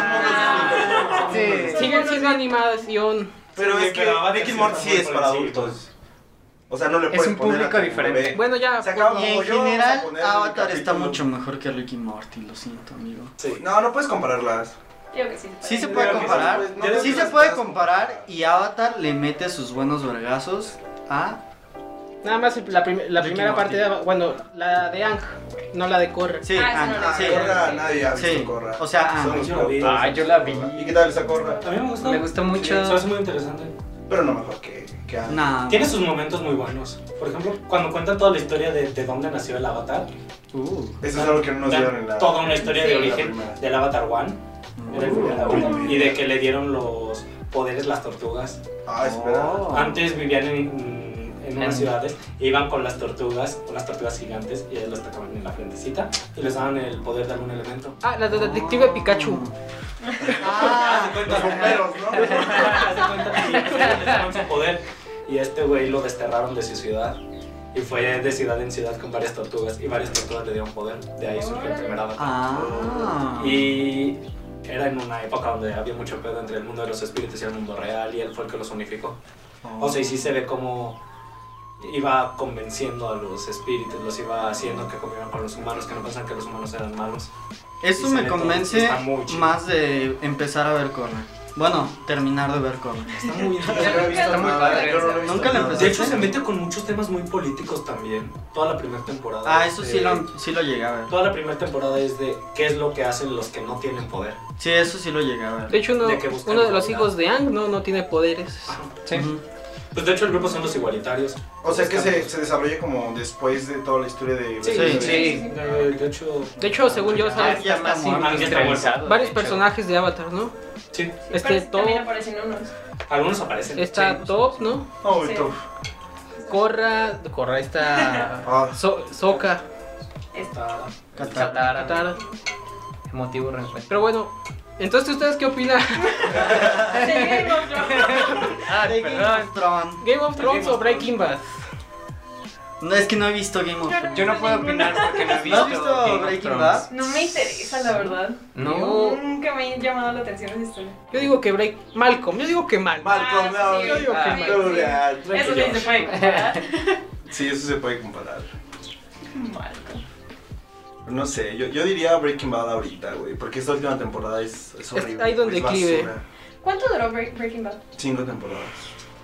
S1: no, no, no, no, no, no.
S5: Sí.
S6: Siguen siendo animación.
S1: Pero
S3: Sí,
S1: es que
S3: pero Avatar
S1: Rick
S3: sí
S1: and Morty sí
S3: está muy
S1: es
S3: por
S1: para
S3: encima.
S1: adultos. O sea, no le
S5: Es
S1: puedes
S5: un
S1: poner a
S5: público
S1: como
S5: diferente.
S1: bebé.
S6: Bueno, ya...
S1: Se acaba
S2: Y en
S1: Como yo, vamos a
S2: general,
S1: poner el
S2: Avatar está
S1: capítulo.
S2: mucho mejor que Ricky Morty, lo siento, amigo.
S3: Sí.
S1: No, no puedes compararlas.
S4: Digo que sí.
S2: Sí se
S1: Yo
S2: puede
S1: digo que sí
S2: comparar.
S1: se puede- yo
S2: Sí
S1: digo
S2: se
S1: que
S2: puede
S1: sí se puede
S2: comparar
S1: comparar.
S2: y Avatar le mete sus buenos vergazos a...
S6: Nada más la, prim- la
S2: Ricky
S6: primera
S2: Morty.
S6: parte de... Bueno, la de Ang, no la de Korra.
S2: Sí,
S4: Ah, eso
S2: a-
S4: no lo
S2: sí,
S4: vi.
S1: Corra, nadie ha visto
S2: Sí.
S1: Corra.
S2: O sea,
S1: Solo
S2: ah,
S1: los
S3: yo la vi.
S1: productores
S5: Ah,
S1: han
S5: yo
S1: visto
S5: la vi.
S1: Corra. ¿Y qué tal esa Corra?
S3: A mí me gustó.
S5: Me gustó mucho.
S3: Sí, eso es muy interesante.
S1: Pero no mejor que, que Ang.
S2: nada.
S3: Tiene sus momentos muy buenos. Por ejemplo, cuando cuentan toda la historia de, de dónde nació el avatar.
S2: Uh,
S1: Eso es algo que no nos
S3: dan
S1: dieron en la.
S3: Toda una historia
S4: Sí.
S3: de
S1: La
S3: origen
S1: primera.
S3: del avatar One. Era el primer avatar.
S1: primera.
S3: Y de que le dieron los poderes las tortugas.
S1: Ah, espera.
S2: Oh.
S3: Antes vivían en, en
S5: En-
S3: unas ciudades e iban con las tortugas, unas tortugas gigantes, y ellos las tocaban en la frentecita y les daban el poder de algún elemento.
S6: Ah, la de Detective Pikachu.
S2: Ah,
S1: Los bomberos, ¿no?
S3: Haz de cuenta que ellos les daban su poder Y a este güey lo desterraron de su ciudad. Y fue de ciudad en ciudad con varias tortugas. Y varias tortugas le dieron poder. De ahí surgió el primer avatar.
S2: Ah.
S3: Y era en una época donde había mucho pedo entre el mundo de los espíritus y el mundo real. Y él fue el que los unificó. O sea, y sí se ve cómo iba convenciendo a los espíritus, los iba haciendo que comieran con los humanos, que no pensaban que los humanos eran malos.
S2: Eso
S3: y se
S2: Ah. me
S3: ve todo,
S2: convence
S3: está muy chido.
S2: más de empezar a ver Corner. Bueno, terminar de ver Corner.
S3: Está muy bien.
S1: Yo no he visto
S5: Está muy
S1: nada,
S5: padre,
S1: yo no lo he
S5: está-
S1: visto
S2: Nunca la
S1: nada.
S2: empecé.
S3: De hecho, se mete con muchos temas muy políticos también. Toda la primera temporada.
S2: Ah, eso
S3: es
S2: sí
S3: de-
S2: lo, sí lo llegué a ver.
S3: Toda la primera temporada es de qué es lo que hacen los que no tienen poder.
S2: Sí, eso sí lo llegué a ver.
S6: De hecho, uno,
S3: De que buscan
S6: uno de los
S3: igualdad.
S6: hijos de Ang no, no tiene poderes.
S5: Sí.
S2: Ujú.
S3: Pues de hecho, el grupo son los igualitarios.
S1: O sea que
S3: Buscan-
S1: se, se desarrolla como después de toda la historia de...
S3: Sí,
S2: Sí,
S3: sí,
S5: sí.
S3: De, Eh, de hecho.
S6: De hecho, según yo,
S5: Ah,
S6: ¿sabes?
S5: ya está más
S2: muerto.
S5: industrializado. de
S6: varios
S5: hecho.
S6: personajes de Avatar, ¿no?
S3: Sí.
S6: Este Top,
S4: También aparecen unos.
S3: Algunos aparecen.
S6: está Top, ¿no?
S1: No,
S4: Sí.
S1: tú.
S6: Corra, Corra está
S1: Ah,
S6: So- Sokka,
S3: Está-
S2: Catar.
S5: Katara.
S6: Katara.
S5: Emotivo reencuentro.
S6: Pero bueno, entonces ustedes qué opinan?
S4: Seguimos, yo.
S5: Ah,
S2: De Game
S5: perdón.
S2: of Thrones.
S6: Game of Thrones
S3: Game of
S6: o Breaking Bad.
S2: No, es que no he visto Game of Thrones.
S5: Yo no puedo opinar porque no he
S2: ¿No
S5: visto.
S2: has visto
S5: Game of
S2: Breaking
S5: Thrones.
S2: Bad?
S4: No me interesa, la verdad.
S5: No.
S6: Yo-
S4: Nunca me ha llamado la atención esa historia.
S6: Yo digo que Break. Malcolm, yo digo que mal.
S1: Malcolm,
S4: Ah,
S1: no,
S4: sí,
S1: yo digo que
S5: ah,
S1: Malcolm,
S4: sí.
S1: ah,
S4: Eso sí se puede comparar.
S1: Sí, eso se puede comparar.
S4: Malcolm.
S1: No sé, yo, yo diría Breaking Bad ahorita, güey, porque esta última temporada es, es horrible.
S6: ahí donde
S1: güey, es
S6: declive.
S1: basura.
S4: ¿Cuánto duró Break- Breaking Bad?
S1: Cinco temporadas.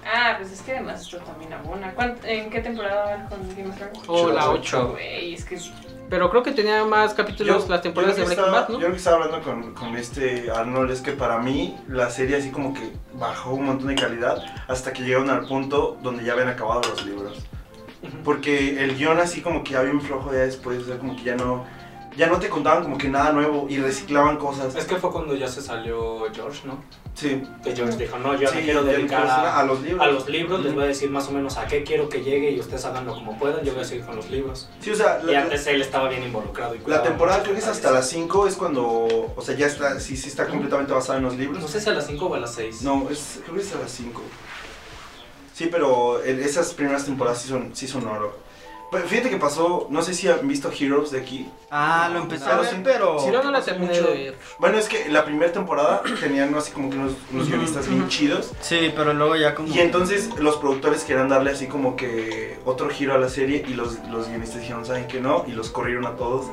S4: Ah, pues es que además esto también abona. ¿Cuánto- ¿En qué temporada van con Game of Thrones?
S6: O la
S5: Ocho.
S6: 8.
S4: Güey, es que es-
S6: Pero creo que tenía más capítulos las temporadas de
S1: yo creo que
S6: Breaking
S1: estaba-
S6: Bad, ¿no?
S1: Yo creo que estaba hablando con, con este Arnold, es que para mí la serie así como que bajó un montón de calidad hasta que llegaron al punto donde ya habían acabado los libros. Porque el guión así como que ya bien flojo ya después, o sea, como que ya no, ya no te contaban como que nada nuevo y reciclaban cosas.
S3: Es que fue cuando ya se salió George, ¿no?
S1: Sí,
S3: Que George dijo, no, yo
S1: sí,
S3: me quiero
S1: ya le
S3: dedicar
S1: empezaron
S3: a,
S1: a los libros.
S3: a los libros, les voy a decir más o menos a qué quiero que llegue y ustedes háganlo como puedan, yo voy a seguir con los libros.
S1: Sí, o sea,
S3: y
S1: la,
S3: antes él estaba bien involucrado. Y
S1: la
S3: cuidaba
S1: temporada
S3: mucho
S1: creo que es
S3: detalles.
S1: hasta las 5, es cuando, o sea, ya está, sí, sí está completamente basada en los libros.
S3: No sé si a las 5 o a las 6.
S1: No, es, creo que es a las 5. Sí, pero el- esas primeras temporadas sí son, sí son oro. Pero fíjate que pasó, no sé si han visto Heroes de aquí.
S2: Ah, lo empecé a
S1: Claro,
S2: ver,
S1: sí.
S2: pero.
S1: Sí,
S6: Yo no la
S1: hace
S6: terminé
S1: mucho.
S6: de ver.
S1: Bueno, es que la primera temporada tenían así como que unos, unos
S2: Ujú,
S1: guionistas bien
S2: ujú.
S1: chidos.
S2: Sí, pero luego ya como.
S1: Y entonces los productores querían darle así como que otro giro a la serie y los, los guionistas dijeron, ¿saben qué no? Y los corrieron a todos.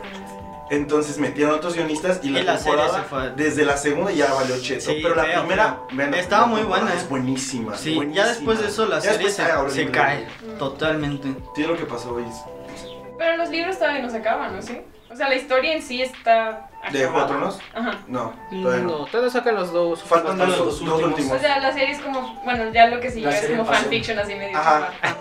S1: Entonces metieron a otros guionistas y la,
S2: Y la serie
S1: temporada,
S2: se fue.
S1: Desde la segunda ya valió cheto.
S2: Sí,
S1: pero la
S2: feo,
S1: primera, vean la
S2: Estaba
S1: primera
S2: muy
S1: temporada,
S2: buena,
S1: Es
S2: eh.
S1: buenísima.
S2: Sí,
S1: buenísima.
S2: ya después de eso la
S1: Ya
S2: serie
S1: después
S2: se,
S1: está
S2: se
S1: horrible.
S2: cae totalmente.
S1: Sí, es lo que pasó hoy.
S4: Pero los libros todavía no se acaban, ¿no? ¿Sí? O sea, la historia en sí está.
S1: ¿De Juego
S4: acabada.
S1: de Tronos?
S4: Ajá.
S1: No, todavía no.
S6: No, todavía sacan los dos.
S1: Faltan
S3: Faltan
S1: dos,
S3: los
S1: dos
S3: últimos.
S1: últimos.
S4: O sea, la serie es como. Bueno, ya lo que sigue
S3: La
S4: es
S3: serie
S4: como
S3: pasó.
S4: fanfiction así medio.
S1: Ajá.
S4: chafa.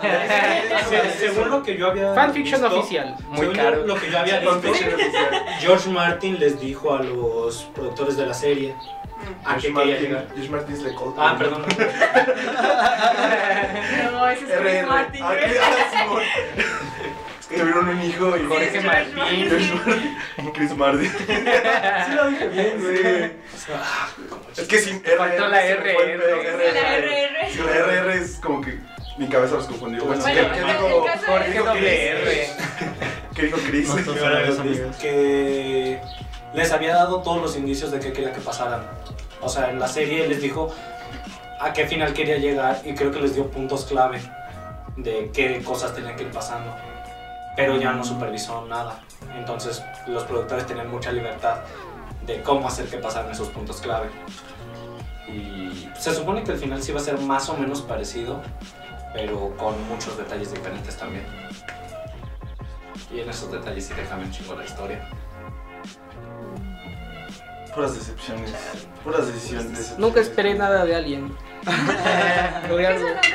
S3: Se- según lo que yo había
S6: Fanfiction
S3: visto,
S6: oficial.
S5: Muy
S3: según
S5: caro.
S3: Lo que yo había
S1: Con
S3: visto,
S1: ficción oficial.
S3: George Martin les dijo a los productores de la serie a
S1: Josh
S3: qué Ah, quería
S1: Martin-
S3: llegar.
S1: Josh Martins le called.
S3: Ah, perdón.
S4: No, ese es Chris
S1: RR.
S4: Martin.
S1: Ah,
S4: güey.
S1: qué- ah, Simón. Es que tuvieron un hijo y
S5: Jorge
S1: Josh
S5: Martín.
S1: Martin. Chris Martin. Sí lo dije bien, güey.
S3: O sea, ah,
S1: Es que sin RR.
S5: faltó la
S1: se me fue el pedo,
S5: RR.
S4: Sí, la RR.
S1: Sí, La RR es como que mi cabeza los confundió. Bueno,
S4: Bueno,
S1: ¿qué, qué
S4: en
S1: dijo,
S4: el caso
S5: Jorge
S4: de.
S5: WR.
S1: qué dijo Chris?
S2: No, entonces-
S3: que les había dado todos los indicios de qué quería que pasaran. O sea, en la serie les dijo a qué final quería llegar y creo que les dio puntos clave de qué cosas tenían que ir pasando. Pero ya no supervisó nada. Entonces los productores tenían mucha libertad de cómo hacer que pasaran esos puntos clave. Y se supone que el final sí va a ser más o menos parecido, pero con muchos detalles diferentes también. Y en esos detalles sí dejan un chingo la historia.
S1: Puras decepciones. Puras decisiones. decepciones.
S6: Nunca esperé nada de alguien.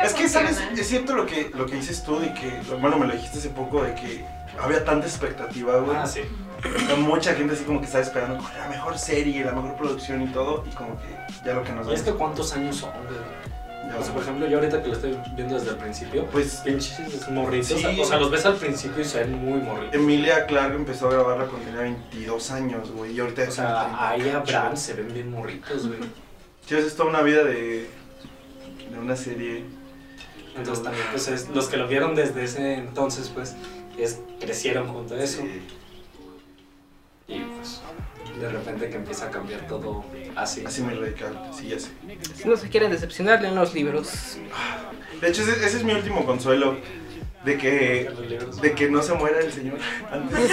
S1: Es que, ¿sabes? Es cierto lo que, lo que dices tú de que, bueno, me lo dijiste hace poco, de que había tanta expectativa, güey.
S3: Ah, sí.
S1: O sea, Mucha gente así como que estaba esperando como la mejor serie, la mejor producción y todo, y como que ya lo que nos
S3: Y Pues es
S1: dan,
S3: que cuántos años son, güey.
S1: ya
S3: O sea,
S1: lo-
S3: por ejemplo, yo ahorita que lo estoy viendo desde el principio,
S1: Pues
S3: pinches morritos.
S1: Sí.
S3: O sea, los ves al principio y se ven muy morritos.
S1: Emilia Clarke empezó a grabarla cuando tenía 22 años, güey, y ahorita
S3: O
S1: es
S3: sea, ahí a Bran se ven bien morritos, güey.
S1: Sí, o sea, es toda una vida de, de una serie.
S3: Entonces también, pues es- los que lo vieron desde ese entonces, pues, es, crecieron junto a eso. Y pues, de repente que empieza a cambiar todo así.
S1: Así muy radical, sí, ya sé.
S6: No se quieren decepcionar, lean los libros.
S1: De hecho, ese, ese es mi último consuelo. De que, de que no se muera el señor antes.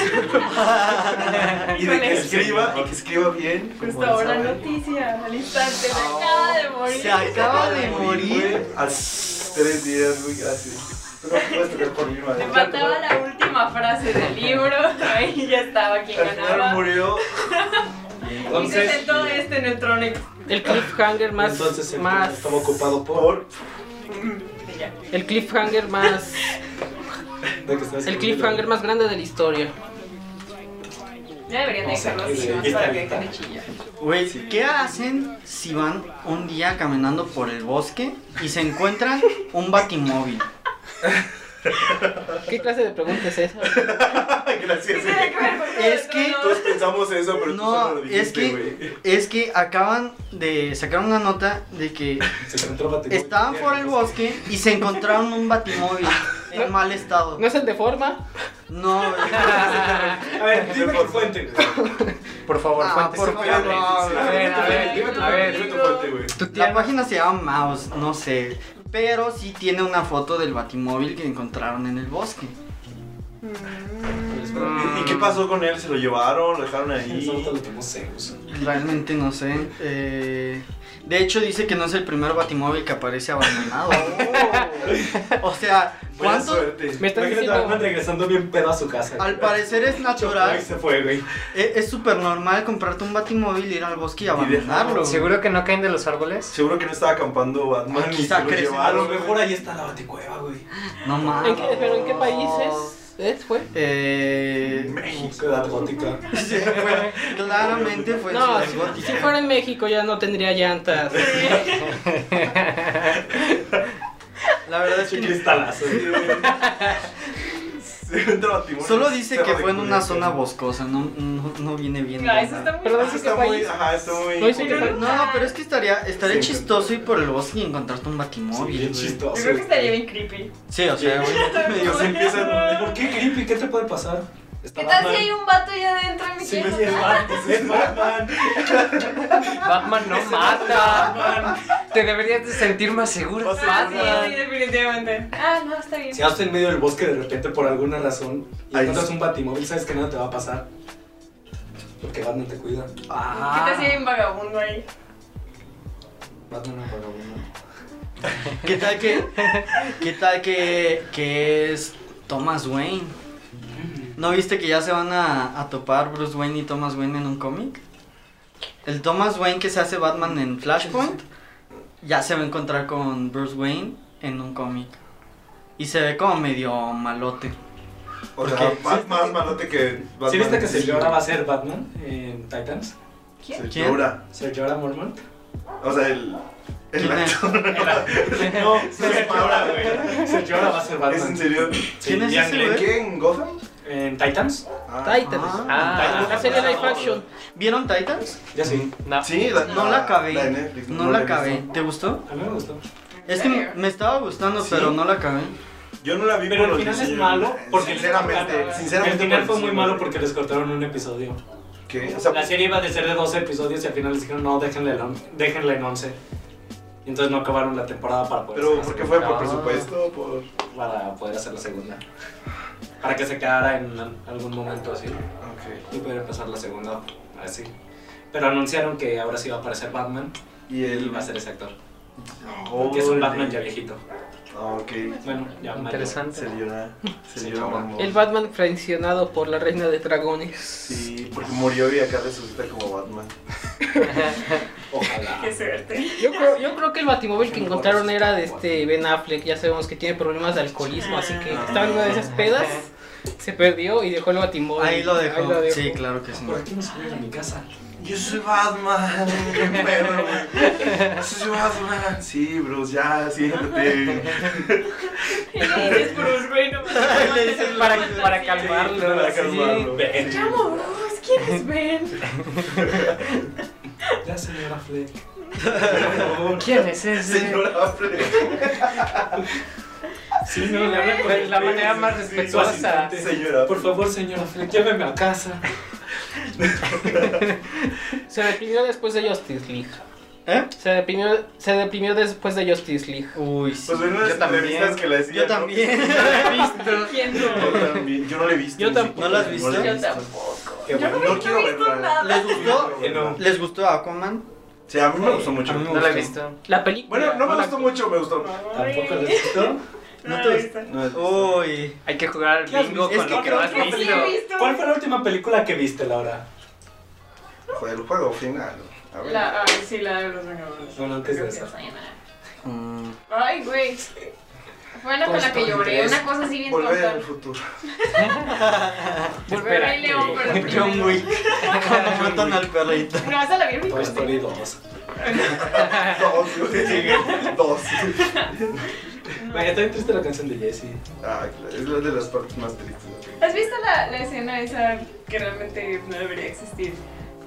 S1: y de que escriba, y que escriba bien. como Ah,
S4: Justo
S1: él
S4: ahora
S1: sabe.
S4: noticia, al instante, se acaba de morir.
S2: Se acaba de
S1: Morir
S2: morir.
S1: a tres días, muy gracias. Pero no puedes tocar por mi madre.
S4: Le faltaba la última frase del libro. Ahí ya estaba quien
S1: Al final
S4: ganaba.
S1: murió.
S4: Y se sentó este en el trono y
S6: El cliffhanger más.
S3: entonces el
S6: más
S3: estaba ocupado por...
S1: Por
S4: Mm, y ya.
S6: El cliffhanger más.
S3: de que estaba
S6: El
S3: escribiendo
S6: cliffhanger
S3: la-
S6: más grande de la historia.
S4: Ya deberían de
S3: No sé,
S4: dejarlos
S3: aquí
S4: así,
S3: de-
S4: más para
S3: aquí
S4: que
S3: está.
S4: dejen de chillar.
S2: Güey, ¿qué hacen si van un día caminando por el bosque y se encuentran un batimóvil?
S6: ¿Qué clase de pregunta es esa?
S1: Gracias. eh.
S4: Tiene que ver con
S2: Es que-
S4: todo.
S1: Todos pensamos eso, pero tú solo
S2: No,
S1: lo
S2: es
S1: dijiste, güey.
S2: que, es que acaban de sacar una nota de que
S3: Se encontró Batimóvil.
S2: estaban por el bosque y se encontraron un batimóvil en mal estado.
S6: ¿No es el de forma?
S2: No, güey.
S6: Ah.
S3: A ver, dime tu fuente.
S5: Por favor,
S2: Ah,
S5: fuentes
S2: por
S5: confiables.
S2: favor,
S5: A ver, a ver,
S1: dime tu
S5: a
S1: fuente, dime
S5: ver.
S1: tu fuente, güey.
S5: Tú
S2: La
S5: tienes-
S2: página se llama Mouse, no sé. Pero sí tiene una foto del batimóvil que encontraron en el bosque.
S1: ¿Y qué pasó con él? ¿Se lo llevaron? ¿Lo dejaron ahí?
S3: Nosotros tenemos Zeus.
S2: Realmente no sé. eh, de hecho dice que no es el primer batimóvil que aparece abandonado. o sea,
S1: Buena
S2: ¿cuánto?
S1: suerte.
S6: Me estás
S3: Imagínate a Batman
S6: diciendo.
S3: regresando bien pedo a su casa.
S2: Al parecer es
S3: Ahí
S2: natural.
S3: se fue, güey.
S2: e- Es súper normal comprarte un batimóvil, ir al bosque y abandonarlo.
S1: dejarlo.
S5: ¿Seguro que no caen de los árboles?
S1: Seguro que no estaba acampando Batman y
S2: Quizá
S1: se lo
S2: crece.
S3: A lo
S1: llevaron.
S3: mejor ahí está la baticueva, güey.
S2: No
S6: ¿En
S2: mames.
S6: qué- ¿Pero en qué país es? ¿Es? ¿Fue?
S2: Eh,
S1: México.
S3: Ciudad gótica.
S2: sí, fue- claramente fue en
S6: No,
S2: Ciudad
S6: si,
S2: Gótica.
S6: si fuera Pues en México ya no tendría llantas.
S2: La verdad es que
S3: Cristalazo.
S1: Se entra Batimóvil.
S2: Solo dice
S1: Cerro
S2: que
S1: de
S2: fue en una
S1: Culiacán.
S2: zona boscosa, no, no, no viene bien.
S4: Ah,
S2: la
S4: eso
S2: nada.
S4: está muy
S6: Pero no
S1: Ah,
S4: mal.
S6: sé qué
S1: está muy,
S6: país.
S1: ajá, está muy.
S6: No dice que
S4: Pero-
S2: No, no, pero es que estaría, estaría
S1: Sí.
S2: chistoso ir por el bosque y encontrarte un
S3: Sí,
S2: batimóvil.
S3: bien
S2: güey.
S3: chistoso.
S4: Yo creo que estaría bien creepy.
S2: Sí, o sea, güey, medio-
S1: Digo, se empiezan-
S3: ¿Por qué creepy? ¿Qué te puede pasar?
S4: ¿Qué tal si hay un vato ahí adentro en mi
S3: Sí,
S4: tienda?
S3: sí, es Batman. Es Batman.
S5: Batman no mata. Te deberías de sentir más seguro,
S1: O sea,
S4: Ah, sí,
S5: Batman.
S4: sí, definitivamente. Ah, no, está bien.
S3: Si vas en medio del bosque de repente por alguna razón y
S1: Ahí
S3: encuentras
S1: sí.
S3: un batimóvil, sabes que nada te va a pasar. Porque Batman te cuida.
S4: ¿Qué
S2: Ah,
S4: tal si hay un vagabundo ahí?
S3: Batman no paga uno.
S2: ¿Qué tal que, qué tal que, que es Thomas Wayne? ¿No viste que ya se van a, a topar Bruce Wayne y Thomas Wayne en un cómic? El Thomas Wayne que se hace Batman en Flashpoint ya se va a encontrar con Bruce Wayne en un cómic. Y se ve como medio malote.
S1: O
S2: Porque-
S1: sea, más, más malote que Batman.
S3: ¿Sí viste que Sergio ahora va a ser Batman en Titans?
S1: Se
S2: ¿Quién?
S1: llora.
S3: Sergio ahora Mormont.
S1: O sea, el. El
S2: ¿Quién es?
S1: actor.
S3: No, Sergio ahora, güey. Sergio ahora va a ser
S1: ¿Es en
S3: Batman.
S1: serio?
S3: Sí,
S2: ¿Quién es
S3: Ian
S2: ese,
S3: Glenn.
S1: ¿En qué? ¿En Gotham?
S3: ¿En Titans?
S1: Ah.
S6: Titans.
S5: Ah.
S6: La serie live action.
S2: ¿Vieron Titans?
S3: Ya sí.
S5: No.
S1: Sí, la-
S2: No la
S1: de
S2: acabé.
S1: Netflix,
S2: No la
S1: he
S2: acabé.
S1: visto.
S2: ¿Te gustó?
S3: A mí me gustó.
S2: Es que me- me estaba gustando,
S1: ¿Sí?
S2: pero no la acabé.
S1: Yo no la vi
S3: Pero
S1: por
S3: el
S1: los
S3: final es
S1: diseños.
S3: malo porque
S1: Sinceramente,
S3: El
S1: sinceramente.
S3: final
S1: por
S3: fue muy
S1: diseño.
S3: malo porque les cortaron un episodio.
S1: ¿Qué? O
S3: La
S1: sea,
S3: serie iba a ser de 12 episodios y al final les dijeron, no, déjenla en, on- déjenla en 11. Y entonces no acabaron la temporada para poder,
S1: pero
S3: hacer,
S1: porque fue por
S5: No.
S1: presupuesto, por.
S3: para poder hacer la segunda. Para que se quedara en al- algún momento así
S1: Ok.
S3: y poder empezar la segunda así. Pero anunciaron que ahora sí iba a aparecer Batman
S1: Y
S3: y
S1: él.
S3: va a ser ese actor.
S1: Oh,
S3: que es un
S1: de-
S3: Batman ya viejito.
S1: Ah, ok.
S3: Bueno, ya mayor.
S5: Interesante.
S1: Se llora. Se
S3: Sí,
S1: llora,
S3: ahora.
S1: mamón.
S6: El Batman traicionado por la reina de dragones.
S1: Sí, porque murió y acá resucita como Batman.
S3: Ojalá.
S4: Qué suerte.
S6: Yo creo, yo creo que el batimóvil que encontraron era de este Ben Affleck, ya sabemos que tiene problemas de alcoholismo, así que
S5: Ah.
S6: estaba en una de esas pedas, se perdió y dejó el batimóvil.
S2: Ah. Ahí lo dejó.
S6: Ahí lo dejó.
S2: Sí, claro que sí.
S1: Pues,
S3: ¿Por qué no se a mi casa?
S1: Yo soy Batman, qué pedo, güey. Soy Batman. Sí, Bruce, ya, siéntate.
S4: Y le dices Bruce, güey, no me
S2: Le dices
S5: Para, para
S4: Sí.
S5: calmarlo.
S1: Para
S5: sí.
S1: calmarlo.
S3: Ven.
S4: Chamo, Bruce, ¿quién es Ben?
S3: Ya, señora Fleck.
S5: ¿Quién es ese?
S1: Señora Affleck.
S3: Sí, no, le hablan con
S5: De Pues, la
S3: respeto,
S5: manera
S3: sí,
S5: más
S3: sí, sí, su
S5: respetuosa.
S3: asistente.
S1: Señora.
S3: Por favor, señora Fleck, lléveme a casa.
S6: Se deprimió después de Justice League.
S2: ¿Eh?
S6: Se deprimió, se deprimió después de Justice League.
S2: Uy, sí.
S1: Pues ven las
S2: yo también.
S1: entrevistas que le decían.
S2: Yo
S1: ¿no?
S2: también.
S4: ¿Quién no?
S1: Yo también. Yo no la he visto.
S6: Yo
S1: ni
S6: tampoco.
S1: siquiera.
S2: ¿No la has visto?
S1: la he
S4: Yo tampoco.
S3: Qué
S4: Yo
S3: bueno.
S4: no,
S1: No
S4: he
S1: quiero
S4: visto
S1: verla.
S4: nada.
S2: ¿Les gustó?
S3: Que no.
S2: ¿Les gustó Aquaman?
S1: Sí, a mí me gustó mucho.
S2: A mí me
S5: No la he
S2: gustó.
S5: visto.
S6: La película.
S1: Bueno, no me
S6: la-
S1: gustó mucho, me gustó.
S3: Tampoco
S4: Ay,
S3: les gustó.
S2: ¿No
S4: No, la he
S2: te
S4: visto.
S1: No, es-
S2: Uy.
S5: Hay que jugar al
S3: ¿Qué has
S5: bingo
S2: visto?
S5: con
S2: Es
S5: lo
S2: que
S5: que no
S2: creo
S5: has
S2: que
S4: Creo que sí
S5: visto.
S4: he visto.
S3: ¿Cuál fue la última película que viste, Laura?
S1: Fue el juego final. A ver.
S4: La, ay, sí, la de los Vengadores.
S3: Bueno, antes de esa.
S2: Mm.
S4: Ay, güey. Fue una con la que
S3: Toy Story
S4: lloré,
S3: tres.
S4: una cosa así bien
S1: Volver al
S4: tonta.
S1: futuro.
S4: Volver
S5: Espera,
S4: al León,
S5: que-
S4: pero
S2: John
S4: primero.
S2: Wick. Matan al perrito.
S4: No, esa la vi en mi
S3: Toy Story 2.
S1: Dos, güey. Dos.
S3: Vaya, está bien triste la canción de Jesse.
S1: Ay, Ah, es la de las partes más tristes.
S4: ¿Has visto la, la escena esa que realmente no debería existir?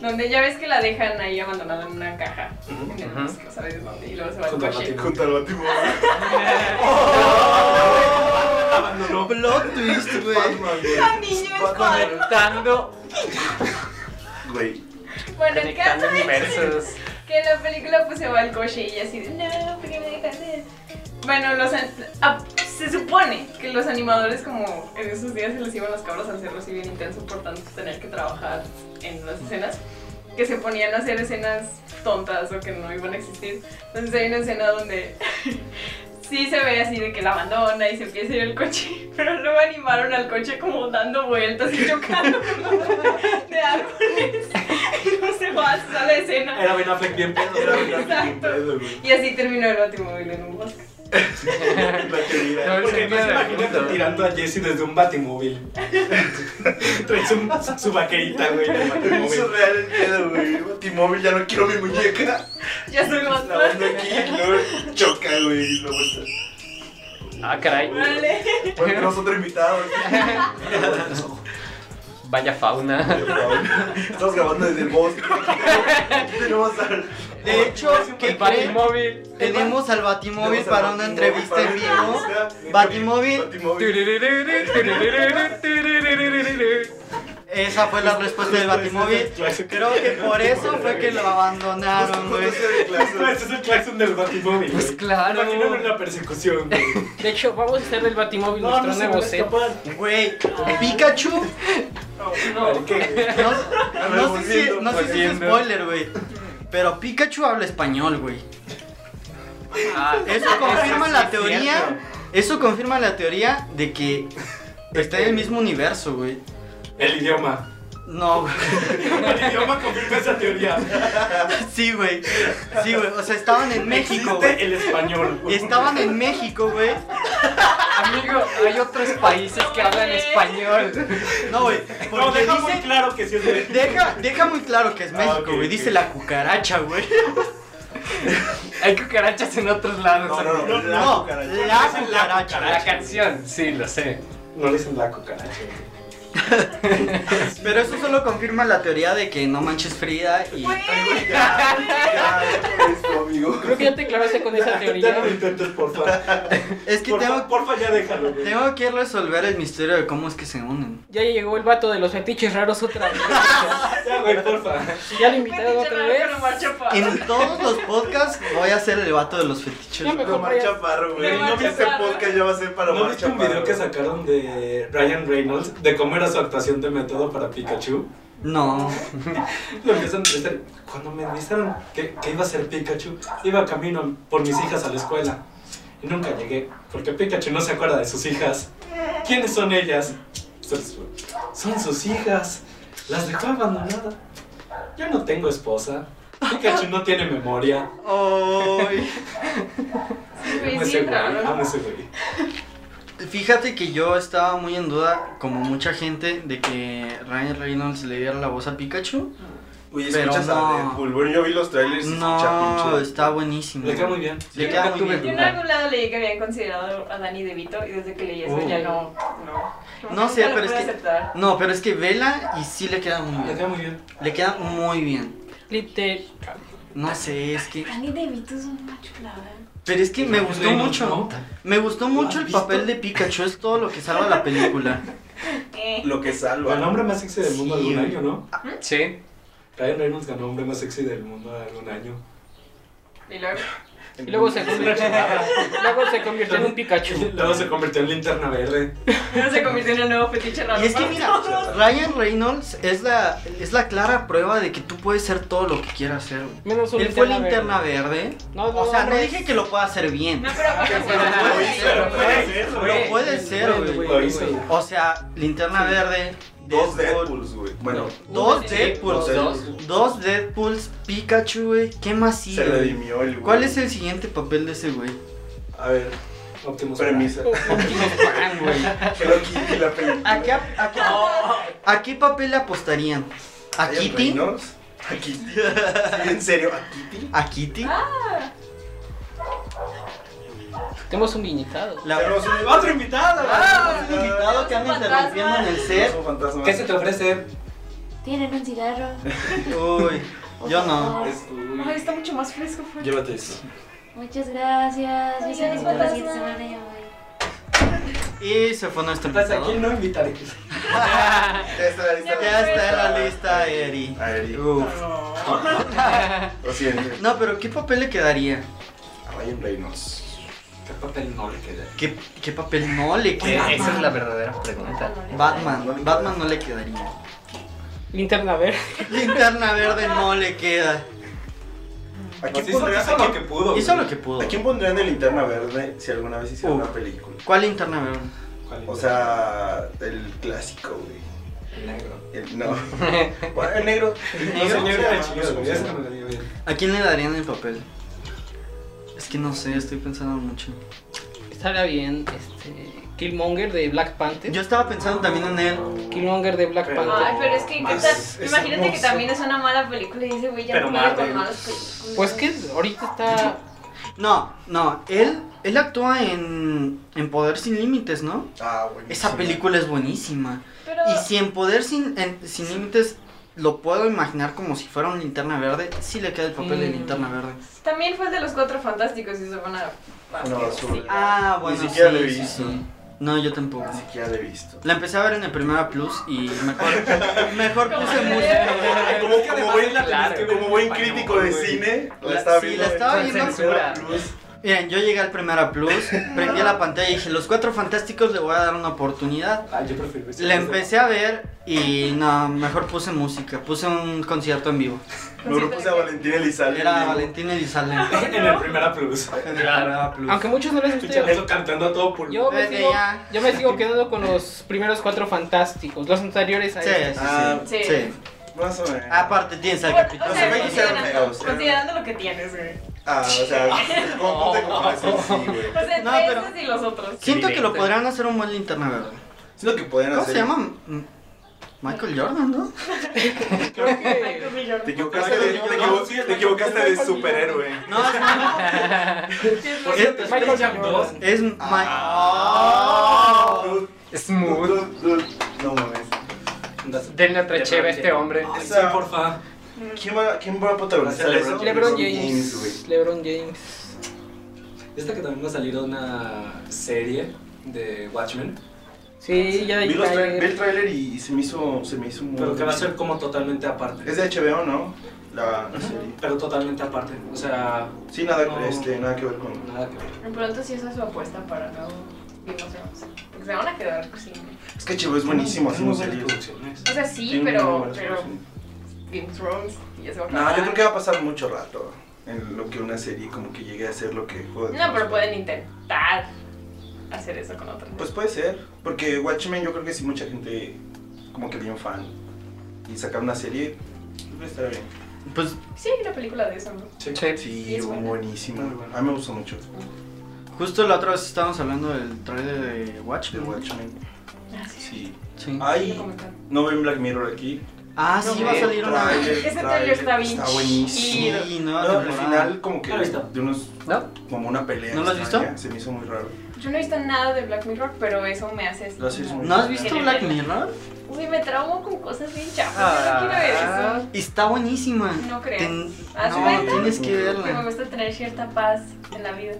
S4: Donde ya ves que la dejan ahí abandonada en una caja. En el
S5: Ujú.
S4: bosque, ¿sabes dónde? Y luego se va al
S3: Junto al
S4: coche.
S3: latino.
S1: Junto al Batimóvil.
S3: Abandonó.
S2: Plot twist, güey.
S1: Batman,
S4: La
S1: güey.
S4: niña es
S1: Batman.
S4: Juan.
S5: Contando,
S1: Güey.
S4: Bueno, el caso
S5: conectando
S4: es
S5: universos.
S4: que en la película pues se va al coche y así de, no, ¿por qué me dejaste? Bueno, los an- ah, se supone que los animadores como en esos días se les iban los cabros al cerro así bien intenso por tanto tener que trabajar en las escenas que se ponían a hacer escenas tontas o que no iban a existir. Entonces hay una escena donde sí se ve así de que la abandona y se empieza a ir el coche, pero luego animaron al coche como dando vueltas y chocando de árboles. Y no se va, se sale la escena.
S3: Era Ben Affleck bien pedo.
S1: Era
S3: güey.
S1: una
S4: Exacto.
S1: pedo, güey.
S4: Y así terminó el Batimóvil en un bosque.
S1: La querida.
S5: No,
S3: Porque más imagínate tirando a Jesse desde un batimóvil. Trae su, su vaquerita, güey, en el
S1: Es
S3: batimóvil.
S1: surreal el pedo, güey. Batimóvil, ya no quiero mi muñeca.
S4: Ya soy más
S1: La onda aquí y luego choca, güey. y lo vuelta.
S5: Ah, caray.
S4: Vale.
S1: Bueno, tenemos otro invitado.
S5: Vaya fauna.
S1: Estamos grabando desde el bosque. Tenemos al.
S2: De hecho, ¿qué
S5: El
S2: creen?
S5: batimóvil.
S2: Tenemos al Batimóvil
S1: tenemos al
S2: para una
S1: Batimóvil
S2: entrevista
S1: para
S2: en
S1: una
S2: vivo.
S1: entrevista.
S2: Batimóvil.
S1: Batimóvil.
S5: Creo
S2: Esa fue la respuesta del Batimóvil. Creo que por eso fue que lo abandonaron, güey.
S1: Justo de clase.
S3: Ese es el claxon del batimóvil.
S5: Pues
S3: güey.
S5: claro.
S3: Imagínate una persecución, güey.
S6: De hecho, vamos a hacer del Batimóvil
S3: No,
S6: nuestro
S3: no se me va
S6: nuevo
S3: a
S6: set.
S3: escapar.
S2: Güey, Pikachu.
S3: ¿Por qué?
S2: No, no sé si, no sé si es
S5: volviendo.
S2: spoiler, güey. Pero Pikachu habla español, güey.
S5: Ah,
S2: Eso confirma
S5: sí
S2: la
S5: es
S2: teoría.
S5: cierto.
S2: Eso confirma la teoría de que está en el mismo universo, güey.
S3: El idioma.
S2: No, güey.
S3: El idioma confirma esa teoría.
S2: Sí, güey. Sí, güey. O sea, estaban en México, güey.
S3: Existe el español. güey.
S2: Estaban en México, güey.
S5: Amigo, hay otros países que hablan español.
S2: No, güey.
S3: No,
S2: Porque
S3: deja muy
S2: dice.
S3: claro que sí es de...
S2: Deja, deja muy claro que es
S3: Ah,
S2: México,
S3: ok,
S2: güey.
S3: ok.
S2: Dice la cucaracha, güey.
S5: Hay cucarachas en otros
S1: No,
S5: lados.
S1: no, no. La
S2: No,
S1: cucaracha.
S2: la
S3: Dicen la
S2: cucaracha.
S3: cucaracha.
S5: La canción, sí, lo sé.
S3: No le dicen la cucaracha.
S2: Pero eso solo confirma la teoría de que no manches Frida y.
S4: Güey.
S1: Ya, ya, esto, amigo.
S6: Creo que ya te aclaraste con esa
S3: Ya
S6: teoría.
S3: no lo intentes, porfa.
S2: Es que
S3: porfa,
S2: tengo,
S3: porfa, ya déjalo. güey.
S2: tengo que resolver el misterio de cómo es que se unen.
S6: Ya llegó el vato de los fetiches raros otra vez.
S3: Ya, güey, porfa.
S6: Ya
S4: Vete,
S6: lo invitaron otra
S4: chaval,
S6: vez.
S4: con Omar Chaparro.
S2: En todos los podcasts voy a ser el vato de los fetiches.
S6: Ya me
S1: Pero Omar
S6: compré.
S1: Chaparro, güey.
S4: Pero
S1: No
S4: Omar
S1: viste el
S4: Chaparro.
S1: podcast, ya va a ser para
S3: ¿No
S1: Omar
S3: viste un
S1: Chaparro.
S3: video que sacaron de Ryan Reynolds de cómo era su actuación de método para Pikachu?
S2: No.
S3: Lo empiezan a entrevistar. Cuando me avisaron que, que iba a ser Pikachu, iba camino por mis hijas a la escuela. Y nunca llegué, porque Pikachu no se acuerda de sus hijas. ¿Quiénes son ellas? Son, su- son sus hijas. Las dejó abandonada. Yo no tengo esposa. Pikachu no tiene memoria.
S2: Ay.
S4: Güey,
S3: Amo
S4: sí,
S3: ese güey,
S4: raro.
S3: amo ese güey.
S2: Fíjate que yo estaba muy en duda, como mucha gente, de que Ryan Reynolds le diera la voz a Pikachu.
S1: Oye,
S2: Pero
S1: escuchas a
S2: no.
S1: Deadpool. Bueno, yo vi los trailers y escucha
S2: No,
S1: pinche.
S2: está buenísimo.
S3: Le queda muy bien.
S2: Le
S5: Yo
S2: queda
S5: nunca
S2: muy
S5: tuve
S2: bien.
S4: Yo en algún lado leí que habían considerado a Danny DeVito y desde que leí eso
S3: Oh.
S4: ya no. No,
S2: No sé,
S4: Nunca lo
S2: pero es
S4: pude
S2: que-
S4: aceptar.
S2: No, pero es que vela y sí le queda muy
S3: Le
S2: bien.
S3: queda muy bien.
S2: Le queda muy bien.
S6: Lip tail.
S2: No sé, es que.
S4: Danny DeVito es una chulada.
S2: Pero es que me gustó
S3: Bueno,
S2: mucho.
S3: ¿no?
S2: Me gustó mucho
S3: has
S2: el
S3: visto?
S2: papel de Pikachu, es todo lo que salva la película.
S4: Eh,
S1: Lo que salva.
S3: Ganó hombre más sexy del mundo
S2: Sí,
S3: algún
S2: güey.
S3: año, ¿no?
S5: Sí.
S3: Ryan Reynolds ganó hombre más sexy del mundo algún año.
S4: y luego,
S6: Y luego se convirtió, luego se convirtió en un Pikachu.
S3: Luego se convirtió en linterna verde.
S4: se convirtió en el nuevo fetiche raro.
S2: Y es que mira, Ryan Reynolds es la, es la clara prueba de que tú puedes ser todo lo que quieras ser. güey.
S6: Menos un
S2: Él fue linterna
S6: Linterna
S2: verde.
S6: No, no,
S2: O sea, no
S6: no.
S2: dije que lo pueda hacer bien.
S4: No, pero aparte se lo
S1: Pero puede ser, güey.
S2: Lo puede ser,
S3: güey.
S2: güey.
S3: Lo hizo.
S2: O sea, linterna verde.
S7: Dos
S2: Deadpool,
S7: Deadpools, güey.
S1: Bueno,
S2: Dos
S4: Sí,
S2: Deadpools.
S7: dos.
S2: Dos Deadpools, Pikachu, güey. ¿Qué más
S1: se
S2: sigue? güey?
S1: redimió el güey.
S2: ¿Cuál es el siguiente papel de ese güey?
S1: A ver,
S3: Optimus
S1: premisa.
S6: Optimus Prime, güey.
S1: Hello Kitty, la película.
S2: ¿A qué, a qué- a qué papel le apostarían? ¿A
S1: Ryan
S2: Kitty?
S1: Reynolds. ¿A Kitty? Sí, en serio, ¿a Kitty?
S2: ¿A Kitty?
S6: Tenemos un invitado.
S2: La-
S1: Tenemos un- otro invitado.
S2: Un invitado que anda interrumpiendo en el set.
S1: Tenemos un fantasma.
S3: ¿Qué se te ofrece?
S8: ¿Tienen un cigarro?
S2: Uy, yo no.
S1: Es- uy,
S4: Ay, está mucho más fresco fuera.
S1: Llévate eso.
S8: Muchas gracias. Mis
S4: ya nos
S8: amigos, la
S4: vemos.
S8: siguiente semana ya voy.
S2: Y se fue nuestro
S3: Estás Pues aquí,
S2: invitado.
S3: no invitaré.
S1: Ya está, ya está.
S2: Ya está en la lista, Eri.
S1: A Eric.
S2: Uf.
S1: Lo siento.
S2: No, pero ¿qué papel le quedaría?
S1: A Ryan Reynolds.
S3: ¿Qué papel no le queda?
S2: ¿Qué, qué papel no le
S5: Eh, Esa es
S2: quedaría?
S5: la verdadera pregunta.
S2: Batman, Batman no le quedaría.
S6: Linterna verde.
S2: Linterna verde no le queda.
S1: ¿A quién
S3: Pues hizo,
S1: pondría-
S3: hizo
S1: a
S3: lo
S1: quién-
S3: que pudo.
S2: Hizo lo que pudo. Uh.
S1: ¿A quién pondrían en linterna verde si alguna vez hicieron
S2: Uf.
S1: una película?
S2: ¿Cuál linterna verde?
S3: ¿Cuál
S1: O sea, el clásico, güey.
S3: el negro.
S1: El, no. Bueno, el negro.
S2: ¿El
S3: No,
S2: negro?
S3: señor,
S1: llama? Ah,
S3: era chido, güey.
S1: ¿Cómo se
S3: Eso
S1: llama?
S3: me lo digo bien.
S2: ¿A quién le darían el papel? Es que no sé, estoy pensando mucho.
S6: Estaría bien, este. Killmonger de Black Panther.
S2: Yo estaba pensando también en él.
S6: Killmonger de Black
S1: Pero-
S6: Panther.
S4: Ay, pero es que, ¿qué
S1: Más-
S4: tal?
S1: es
S4: Imagínate que
S1: hermoso.
S4: también es una mala película y dice, güey, ya
S3: Pero
S4: no puedo
S3: Marvel.
S4: con malas películas.
S6: Pues que ahorita está.
S2: No, no, él, él actúa en, en Poder Sin Límites, ¿no?
S1: Ah, buenísimo.
S2: Esa película es buenísima.
S4: Pero,
S2: Y si en Poder Sin, en- sin Límites lo puedo imaginar como si fuera un linterna verde, sí le queda el papel de
S6: Mm.
S2: linterna verde.
S4: También fue el de los cuatro fantásticos y se van a.
S1: Una basura.
S2: Ah, bueno,
S1: Ni siquiera
S2: sí,
S1: lo he
S2: sí,
S1: visto.
S2: sí. No, yo tampoco.
S1: Ni siquiera la he visto.
S2: La empecé a ver en el Primera Plus y mejor, mejor
S4: Como
S2: puse
S4: que-
S2: música.
S1: Como,
S3: Es que
S1: como
S3: además
S1: buen,
S3: la tenías que ver
S1: como
S3: en
S1: buen
S3: español,
S1: crítico de
S3: güey.
S1: cine, la
S2: La-
S1: estaba
S2: sí,
S1: viendo.
S2: la estaba
S1: con
S2: viendo.
S1: censura plus.
S2: Miren, yo llegué al Primera Plus, prendí la pantalla y dije, los cuatro fantásticos le voy a dar una oportunidad.
S3: Ah, yo prefiero ese.
S2: La empecé a ver y no, mejor puse música, puse un concierto en vivo.
S1: Me propuse a Valentín Elizalde.
S2: Era Valentín Elizalde.
S3: En el primera plus.
S2: en el Primera Plus.
S6: Aunque a muchos no les guste.
S3: Eso cantando a todo pulmón.
S6: Yo me,
S2: Desde
S6: sigo,
S2: ya.
S6: yo me sigo quedando con los primeros cuatro fantásticos. Los anteriores a
S2: Sí,
S6: este.
S2: sí,
S1: Ah,
S2: sí,
S4: sí.
S2: sí.
S1: Más o menos.
S2: Aparte tienes al
S4: Bueno,
S2: capitán.
S4: o sea,
S1: Los efectos eran feos,
S4: considerando,
S1: eran-
S4: considerando lo que tienes, güey.
S1: Ah, o sea, como ponte como para decir sí, güey.
S4: O sea,
S2: No,
S4: entre
S2: pero-
S4: esos y los otros.
S2: Siento que lo podrían hacer un buen linterna verde.
S1: Siento que podían
S2: ¿Cómo
S1: hacer.
S2: se llama? Mm, Michael Jordan, ¿no?
S6: Creo
S4: Ay,
S6: que.
S4: qué brillo.
S1: Te equivocaste de, te equivo- te equivocaste de superhéroe.
S2: No, es,
S3: Por cierto,
S6: Michael
S3: Space Jam
S6: Jordan.
S3: 2.
S2: es Mi-
S1: Ah. Dude,
S5: Smooth.
S1: dude, dude. No mames.
S5: Denle otra cheve a este hombre.
S3: Ay, sí,
S1: Esa-
S3: porfa.
S1: ¿Quién va, quién va a protagonizar
S3: Lebron
S1: eso?
S6: LeBron
S1: güey.
S6: James. LeBron James.
S3: Esta que también va a salir una serie de Watchmen,
S6: Sí, ya
S1: Vi,
S6: hay
S1: los tra- vi el
S6: trailer.
S1: tráiler y se me hizo, se me hizo muy...
S3: pero que va a ser como totalmente aparte.
S1: Es de HBO, ¿no? La, la serie.
S3: Pero totalmente aparte. O sea,
S1: Sí, nada,
S4: Oh.
S3: No.
S1: este, nada que ver con...
S3: nada que ver.
S4: De pronto sí esa es su apuesta para no Game of Thrones. Porque se van a quedar sin.
S1: Es que HBO es buenísimo haciendo series.
S3: Tenemos buenas producciones.
S4: O sea, sí,
S1: Tiene muy
S4: pero,
S1: buenas
S4: pero
S1: producciones.
S4: Game of Thrones ya se va a
S1: No,
S4: acabar.
S1: yo creo que va a pasar mucho rato en lo que una serie como que llegue a ser lo que... Juego de
S4: No, pero
S1: Tronos.
S4: pueden intentar hacer eso con otra.
S1: Pues puede ser, porque Watchmen yo creo que sí mucha gente como que bien fan. Y sacar una serie, creo que estaría bien.
S2: Pues
S4: Sí, hay una película de eso, ¿no?
S5: Sí.
S1: Sí,
S4: es buena.
S1: buenísima.
S3: Muy buena.
S1: A mí me gustó mucho
S2: justo la otra vez estábamos hablando del trailer de Watch.
S1: de Watchmen.
S4: Ah, sí.
S1: Sí.
S2: Sí.
S1: Ay,
S4: documental.
S1: no ven Black Mirror aquí.
S2: Ah, sí,
S4: No,
S2: va a
S4: el
S2: salir una...
S1: Tráiler,
S4: Ese trailer está bien
S1: Está buenísimo.
S2: Sí,
S1: No,
S2: nueva
S1: al
S2: temporada.
S1: final como que
S3: No lo he visto.
S1: de unos
S5: ¿No?
S1: como una pelea.
S2: ¿No lo has
S1: extraña, Se me hizo muy raro.
S4: Yo no he visto nada de Black Mirror, pero eso me hace. así
S1: Lo haces
S4: como-
S1: muy-
S2: ¿No has visto Black Mirror?
S4: Uy, me traumo con cosas bien chafas. yo no quiero ver
S5: Ah,
S4: eso.
S2: Está buenísima.
S4: No creo. Ah,
S2: Ten-
S4: Haz
S2: No,
S4: cuenta.
S2: tienes que
S4: Que me
S2: verla.
S4: gusta tener cierta paz en la vida.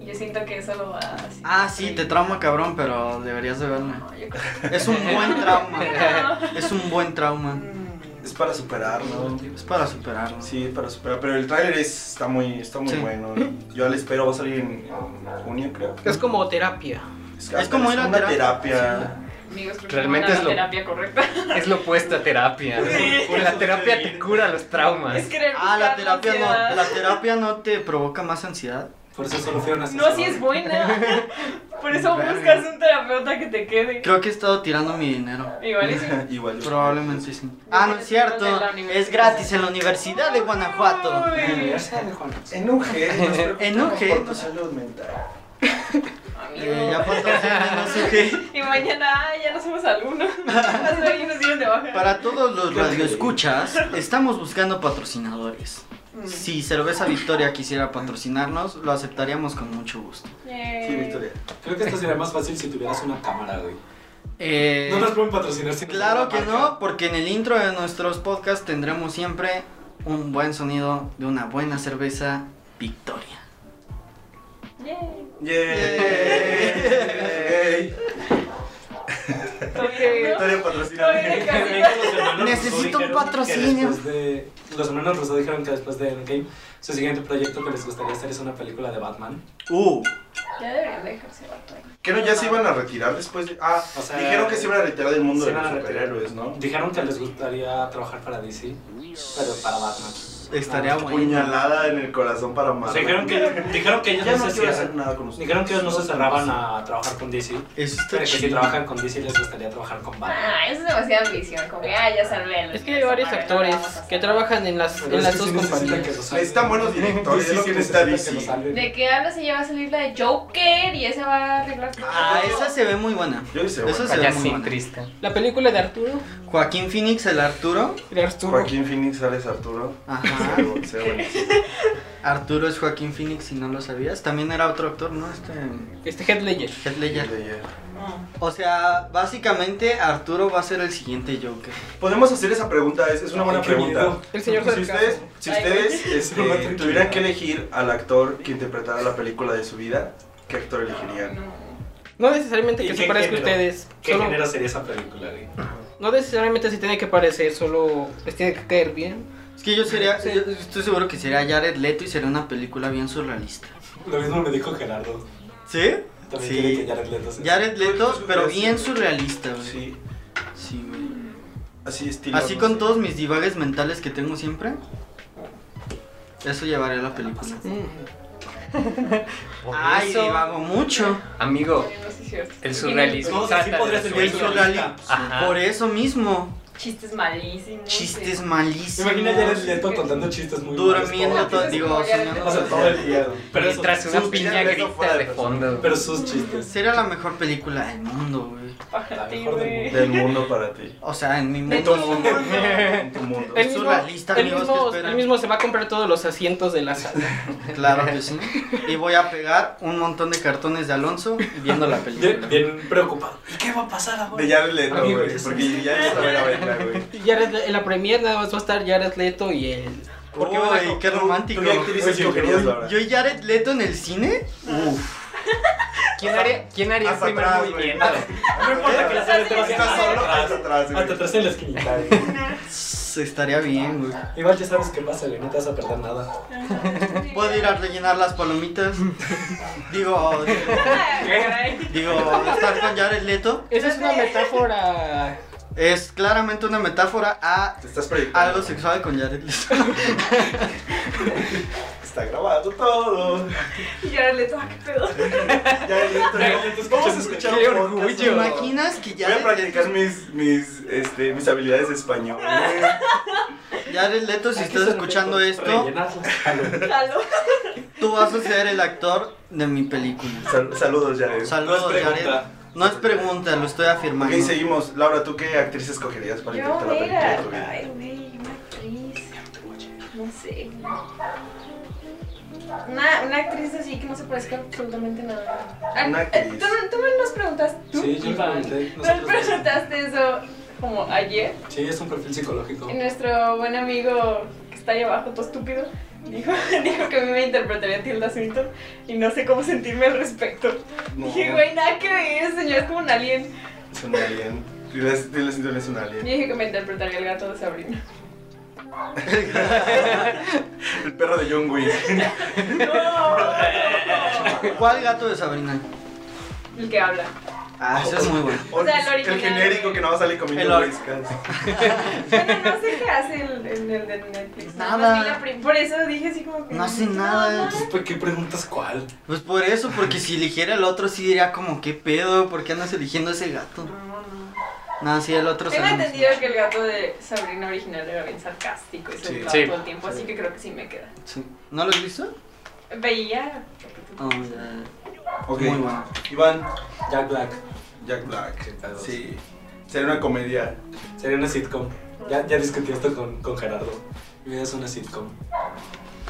S4: Y yo siento que eso lo va a...
S2: Ah, sí, te trauma cabrón, pero deberías de verla.
S4: No, yo creo
S2: Es un buen trauma.
S4: que
S2: Es un buen trauma.
S1: Es para superarlo.
S2: Es para superarlo.
S1: Sí, para superar. Pero el tráiler es- está muy, está muy
S2: Sí.
S1: bueno. Yo al espero, va a salir en, en junio, creo.
S6: Es como terapia.
S2: es como ir a
S1: una
S2: terapia.
S1: terapia.
S4: no. Amigos, creo
S5: Realmente
S4: que
S5: es
S4: es la
S5: lo-
S4: terapia correcta.
S5: Es lo opuesto a terapia.
S1: Sí.
S5: ¿no? La terapia te cura los
S4: Es
S5: traumas.
S4: querer
S2: Ah, la
S4: buscar
S2: terapia no,
S4: ansiedad.
S2: la terapia no te provoca más ansiedad.
S3: Por eso solo fui a una
S4: No,
S3: sesión.
S4: si es buena. Por eso buscas un terapeuta que te quede.
S2: Creo que he estado tirando mi dinero.
S4: Igual y sí.
S2: Eh,
S1: Igual. yo-
S2: Probablemente sí. Ah, no es cierto. Es gratis en la Universidad de Guanajuato.
S3: La
S4: Uy,
S3: Universidad de Juan.
S1: En un G.
S2: En un G.
S1: Por tu salud mental.
S2: Eh,
S4: amigo.
S2: ya patrocinen, no sé qué.
S4: Y mañana ay, ya no somos alumnos. Hasta ahí nos dieron de baja.
S2: Para todos los radioescuchas, estamos buscando patrocinadores.
S4: Mm.
S2: Si Cerveza Victoria quisiera patrocinarnos, lo aceptaríamos con mucho gusto.
S4: Yay.
S1: Sí, Victoria.
S3: Creo que esto sería más fácil si tuvieras una cámara, güey.
S2: Eh,
S3: No nos pueden patrocinar si no
S2: Claro que
S3: tienen la
S2: no,
S3: marca.
S2: porque en el intro de nuestros podcasts tendremos siempre un buen sonido de una buena cerveza Victoria.
S4: Yay.
S1: Yay. Yay.
S4: Todavía no.
S1: Victoria
S4: Todavía
S1: patrocina.
S4: en
S3: Creo
S4: casita.
S3: que los hermanos
S2: Necesito
S3: Russo
S2: un
S3: dijeron que
S2: patrocinio.
S3: después de- Los hermanos Russo dijeron que después de Endgame, su siguiente proyecto que les gustaría hacer es una película de Batman.
S2: Uh,
S4: Ya deberían dejarse vato ahí.
S1: Que no, ya se iban a retirar después de. Ah,
S3: O sea,
S1: dijeron que se iban a retirar del mundo
S3: se
S1: de los
S3: iban a retirar.
S1: superhéroes, ¿no?
S3: Dijeron que les gustaría trabajar para DC, pero para Batman.
S2: estaría bueno.
S1: Puñalada en el corazón para
S3: O
S1: Marvel.
S3: sea, dijeron que, dijeron que ellos
S1: ya
S3: no
S1: no
S3: se
S1: quiero hacer
S3: cierran.
S1: nada con ustedes.
S3: Dijeron que ellos no se cerraban a trabajar con DC,
S2: Eso
S3: pero
S2: está
S3: que si
S2: chido.
S3: trabajan con DC les gustaría trabajar con Batman.
S4: Ah, eso es demasiada ambición. Como que, ah, ya salvé.
S6: Es que hay varios actores que trabajan en las,
S3: Pero
S6: en
S3: es
S6: las
S3: que
S6: dos
S3: sí necesitan que
S6: compañías.
S3: los salven.
S1: Necesitan buenos directores,
S3: DC
S1: es lo que
S3: sí
S1: necesita
S3: necesita que los
S1: DC.
S3: salven.
S4: ¿De qué hablas si ya va a salir la de Joker y esa va a arreglar todo?
S2: Ah, esa se ve muy buena.
S1: Yo hice
S2: Eso
S1: bueno.
S2: se ve
S5: Vaya
S2: muy
S5: sin
S2: buena.
S5: triste.
S6: La película de Arturo.
S2: Joaquín Phoenix, el Arturo.
S6: De Arturo.
S1: Joaquín Phoenix, Alex Arturo.
S2: Ajá.
S1: Se ve- se ve buenísimo.
S2: Arturo es Joaquín Phoenix, si no lo sabías. También era otro actor, ¿no? Este.
S6: Este Head Ledger.
S2: Heath Ledger.
S1: De-
S2: O sea, básicamente Arturo va a ser el siguiente Joker.
S1: Podemos hacer esa pregunta, es, es una buena
S3: Ay, qué Pues,
S1: pregunta.
S3: miedo.
S6: El señor
S1: si
S6: Sarcasmo.
S1: ustedes, si
S4: Ay,
S1: ustedes este,
S3: No me atrevo.
S1: tuvieran que elegir al actor que interpretara la película de su vida, ¿qué actor elegirían?
S4: No.
S6: No necesariamente
S3: ¿Y
S6: que
S3: qué
S6: se parezca a
S3: género?
S6: ustedes.
S3: ¿Qué
S6: solo-
S3: género sería esa película, güey?
S6: no necesariamente se tiene que parecer, solo les tiene que caer bien.
S2: Es que yo sería, yo estoy seguro que sería Jared Leto y sería una película bien surrealista.
S3: Lo mismo me dijo Gerardo.
S2: ¿Sí?
S3: También
S2: Sí.
S3: quiere que Jared Leto sea-
S2: Jared Leto,
S1: Pues,
S2: pero
S1: pues,
S2: bien
S1: sí.
S2: surrealista, güey. Sí.
S1: Sí,
S2: güey.
S1: así estilo.
S2: Así
S1: no
S2: con
S1: sé.
S2: todos mis divagues mentales que tengo siempre. Eso llevaré a la película.
S5: Por
S2: Ay,
S5: eso,
S2: divago mucho.
S5: amigo,
S4: No sé si es-
S5: el surrealismo.
S3: No, o sea, sí
S5: trata de
S3: podría ser
S2: El
S5: resolver-
S3: surrealista.
S2: surrealismo.
S5: Ajá.
S2: Por eso mismo.
S4: Chistes malísimos.
S2: Chistes
S4: sí.
S2: malísimos.
S3: Imagina a Jared Leto contando chistes muy
S2: Durmiendo
S3: malos,
S2: todo,
S4: Pobre.
S2: digo,
S3: O sea,
S2: soñando.
S3: todo el día. Pero, eso-
S5: Mientras una
S1: sus
S5: piña
S1: piñas no fuera
S5: grita
S1: de
S5: de
S1: persona.
S5: fondo.
S3: pero sus chistes.
S2: Sería la mejor película del mundo, güey.
S4: Para
S3: La
S4: ti,
S3: mejor del
S4: güey.
S1: Del mundo para ti.
S2: O sea, en mi
S4: De
S2: mundo.
S4: tu
S2: sí.
S4: mundo.
S1: En tu mundo.
S2: Es
S6: El mismo,
S2: surrealista,
S6: el
S2: amigos,
S6: mismo-
S2: ¿qué esperan?
S6: el mismo se va a comprar todos los asientos de la sala.
S2: Claro que sí. Y voy a pegar un montón de cartones de Alonso viendo la película.
S3: Bien, bien preocupado. ¿Y qué va a pasar ahora?
S1: De Jared Leto,
S6: Amigo,
S1: güey.
S6: eso
S1: Porque ya no sabe la verla, güey.
S6: Y Jared Le- en la premier nada más va a estar Jared Leto y él.
S2: Uy,
S1: van a-
S2: qué
S1: tú-
S2: romántico.
S1: ¿Tú qué actriz
S3: Oye,
S1: escogerías,
S3: yo-
S1: Laura?
S2: Yo y Jared Leto en el cine. Uf.
S5: ¿Quién haría, quién haría el
S1: Hasta
S5: primer
S1: atrás, güey.
S5: movimiento?
S3: No importa que la sala te va a
S1: Estás solo,
S3: atrás.
S1: hasta atrás, güey.
S3: Hasta atrás Ah, en la esquinita. güey.
S2: s- Estaría bien, güey.
S3: Igual ya sabes qué pasa, güey, no te vas a perder nada.
S2: Puedo ir a rellenar las palomitas. Digo,
S4: Ay, caray.
S2: digo, estar con Jared Leto
S6: Esa es una metáfora.
S2: es claramente una metáfora a
S1: Te estás proyectando.
S2: algo sexual con Jared Leto.
S1: Está grabado todo.
S4: Y Jared Leto, ah, qué pedo.
S1: Jared Leto.
S3: Jared Leto,
S1: Vamos a
S3: escucha-
S1: escuchar
S5: qué
S1: un podcast,
S2: ¿Te
S5: orgullo.
S1: ¿no?
S2: imaginas que
S1: Voy a
S2: Jared Leto,
S1: practicar mis, mis, este, mis habilidades de español.
S2: Jared Leto, si
S3: Hay que
S2: estás
S3: ser
S2: escuchando
S3: Leto,
S2: esto,
S3: rellenarla. Jalo.
S4: Jalo.
S2: tú vas a ser el actor de mi película.
S1: Sal- saludos, Jared.
S2: Saludos,
S3: No es
S2: Jared.
S3: pregunta.
S2: No es pregunta, lo estoy
S1: Ok,
S2: afirmando.
S1: seguimos. Laura, ¿tú qué actriz escogerías para
S4: Yo,
S1: interpretar la película de
S4: mira.
S1: tu vida?
S4: Ay, güey, una actriz. No sé. Una, una actriz así que no se parezca absolutamente nada. Ah,
S1: Una actriz.
S4: Tú, no- tú me nos preguntas, tú,
S3: Sí, yo le
S4: Iván,
S3: pregunté.
S4: Nos
S3: nosotros-
S4: preguntaste eso como ayer.
S3: Sí, es un perfil psicológico.
S4: Y nuestro buen amigo que está ahí abajo, todo estúpido, Dijo, dijo que a mí me interpretaría Tilda Swinton y no sé cómo sentirme al respecto.
S1: No,
S4: Dije, güey, nada que ver, ese señor es como un alien.
S1: es un alien. Tilda Tilda Swinton es un
S4: Y
S1: alien.
S4: dije que me interpretaría el gato de Sabrina.
S1: El perro de John Wick.
S2: ¿Cuál gato de Sabrina?
S4: El que habla.
S2: Ah,
S1: Oh.
S2: ese es muy bueno.
S4: O sea, el original.
S1: genérico que no va a salir comiendo
S2: El ori-
S1: whiskas.
S4: Bueno, no sé qué hace el, el, el de Netflix. Nada
S2: Nada.
S4: más vi la prim- Por eso dije así como que.
S2: No hace nada.
S3: ¿Por qué preguntas cuál?
S2: Pues por eso, porque si eligiera el otro sí diría como, ¿qué pedo? ¿Por qué andas eligiendo ese gato?
S4: No, no.
S2: No, sí, el otro
S4: Tengo
S2: Sabrina.
S4: entendido que el gato de Sabrina original era bien sarcástico y se
S1: Sí.
S4: burlaba
S5: Sí.
S4: todo el tiempo, así que creo que sí me queda.
S2: Sí. ¿No lo has visto?
S4: Veía.
S2: Ah, ya,
S1: Ok,
S2: Muy bueno.
S1: Iván,
S3: Jack Black.
S1: Jack Black.
S3: pedos.
S1: Sí. Sería una comedia.
S3: Sería una sitcom. Ya, ya discutí esto con, con Gerardo. Mi vida es una sitcom.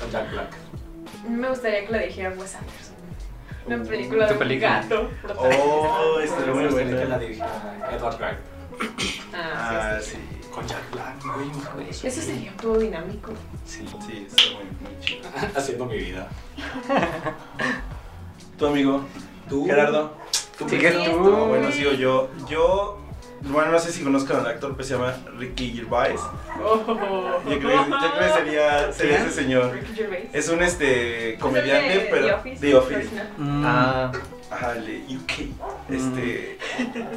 S3: Con Jack Black.
S2: Ah.
S4: Me gustaría que la dirigiera Wes Anderson. Una película
S5: tu
S4: de un
S5: película.
S4: gato.
S1: Uh. Oh, estaría muy
S3: Me gustaría que la
S1: buena.
S3: dirigiera Edward Wright.
S4: Ah,
S1: Ah,
S4: sí, sí,
S1: sí.
S3: Con Jack Black. güey,
S1: Ah,
S3: güey.
S4: sí. Eso sería un tubo dinámico.
S3: Sí.
S1: Sí, está muy, muy chido.
S3: Haciendo mi vida.
S1: Tu amigo,
S3: ¿Tú?
S1: Gerardo.
S3: ¿Tú
S5: Sigue
S3: qué?
S5: tú.
S1: No, bueno, sigo yo. Yo, bueno, no sé si conozcan al actor, pero se llama Ricky Gervais.
S4: Oh.
S1: Yo creo, yo creo que sería, sería ese señor.
S4: Ricky Gervais.
S1: Es un este
S4: Es el
S1: comediante,
S4: de
S1: pero
S4: The Office.
S1: de Office.
S4: original.
S2: Mm,
S5: Ah,
S1: Ajá, el de UK. Este,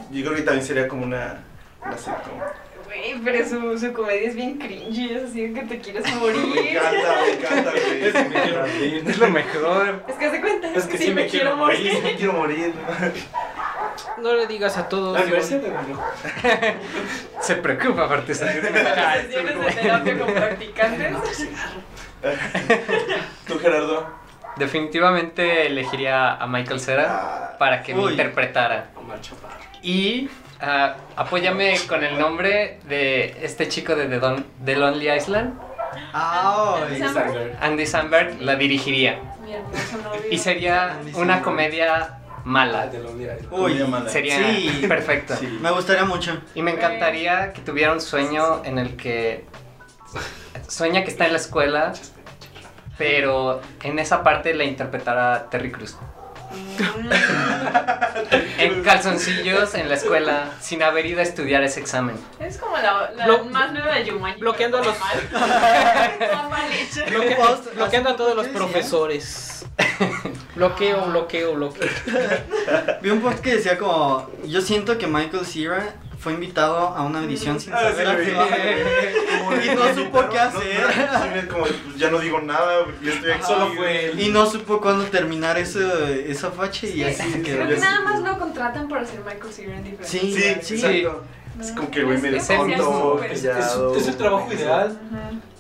S1: yo creo que también sería como una, una sitcom.
S4: Güey, pero su, su comedia es bien cringy, es así que te quieres
S1: Me
S4: morir.
S1: encanta, me encanta, güey.
S3: Es que me quiero morir.
S5: es lo mejor.
S4: Es que se cuenta,
S3: Es que sí me quiero morir.
S1: Me quiero morir.
S6: No le digas a todos.
S3: La universidad de Bruno.
S5: Se preocupa aparte salir de la
S4: Sesiones de terapia con practicantes.
S1: ¿Tú, Gerardo?
S5: Definitivamente elegiría a Michael Cera para que me
S2: Uy.
S5: interpretara.
S3: Omar Chaparro.
S5: Y ah, apóyame con el nombre de este chico de The, Don- The Lonely Island.
S2: ah, ay.
S4: Sam-
S3: Sandler.
S5: Andy Samberg la dirigiría.
S4: Mi hermoso novio.
S5: Y sería
S2: Andy
S5: una
S2: Samberg.
S5: comedia
S3: Ah,
S5: mala.
S3: de Lonely Island.
S2: Uy,
S1: Comedia mala.
S5: Sería
S2: Sí.
S5: perfecta.
S1: Sí.
S2: Me gustaría mucho.
S5: Y me encantaría que tuviera un sueño en el que sueña que está en la escuela, pero en esa parte la interpretará Terry Cruz.
S4: Mm,
S5: En calzoncillos en la escuela, sin haber ido a estudiar ese examen.
S4: Es como la, la
S6: Blo-
S4: más nueva de Yumanji.
S6: bloqueando a los-
S4: los.
S6: Bloque- bloqueando a todos los
S2: ¿Qué
S5: ¿eh?
S2: decía?
S6: profesores. bloqueo, bloqueo, bloqueo.
S2: Vi un post que decía como, yo siento que Michael Cera fue invitado a una audición sin
S1: Ah, sí,
S2: saber
S1: lo vi.
S2: actuar. Y no supo qué hacer.
S1: No, no, sí, como, pues, ya no digo nada, güey, yo estoy aquí.
S3: Solo fue él.
S2: Y no supo cuándo terminar ese, esa facha y así se
S4: Creo
S2: quedó.
S4: que nada más lo contratan para hacer Michael Cera en diferentes
S2: Sí,
S1: Sí,
S4: lugares.
S1: sí,
S5: Sí.
S1: exacto. Es como que, güey, me
S4: Es que sí, es
S1: desconto,
S4: súper-
S3: Es, es- es el trabajo ideal.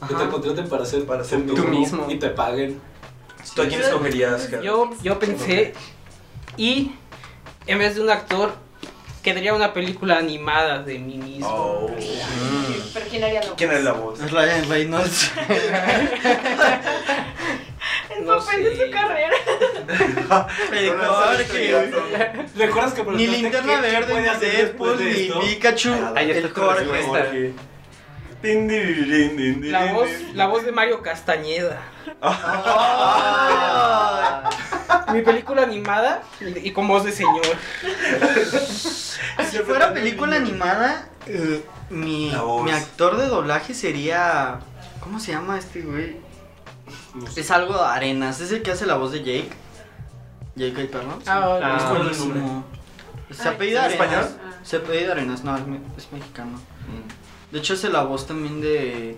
S4: Ajá.
S3: Que te
S2: Ajá.
S3: contraten para ser,
S1: Para ser
S3: tú
S1: tú
S5: mismo.
S3: Y te paguen.
S1: ¿Tú a quién escogerías, Gerardo?
S6: Yo, yo pensé y en vez de un actor quedaría una película animada de mí mismo.
S1: Oh.
S4: Pero ¿quién haría lo
S1: ¿Quién es la voz?
S2: Es Ryan Reynolds.
S4: El
S6: No
S4: papel de
S6: sé.
S4: su carrera.
S2: Mejor que...
S3: ¿Recuerdas que
S2: Ni
S3: preguntaste
S2: linterna
S3: qué- qué
S2: verde,
S3: puede
S2: ni
S3: hacer
S2: Deadpool,
S3: después de
S2: ni
S3: esto?
S2: Pikachu.
S1: Ah,
S5: Ahí está
S2: El
S5: tu respuesta.
S2: Jorge.
S1: Jorge. Tin, diririn, din, din,
S6: La voz,
S1: din.
S6: la voz de Mario Castañeda.
S2: Ah.
S6: Mi película animada y con voz de señor.
S2: Si fuera película animada, eh, mi,
S1: La voz.
S2: mi actor de doblaje sería. ¿Cómo se llama este güey?
S3: No sé.
S2: Es algo de Arenas, es el que hace la voz de Jake. Jake el perro.
S5: Ah,
S6: Ah,
S3: es con el nombre.
S2: Como- Se
S4: Ay,
S2: apellida
S1: ¿es
S2: Arenas.
S1: español?
S4: Ah.
S2: Se apellida Arenas, no, es, me- es mexicano.
S1: Mm.
S2: De hecho, hace la voz también de.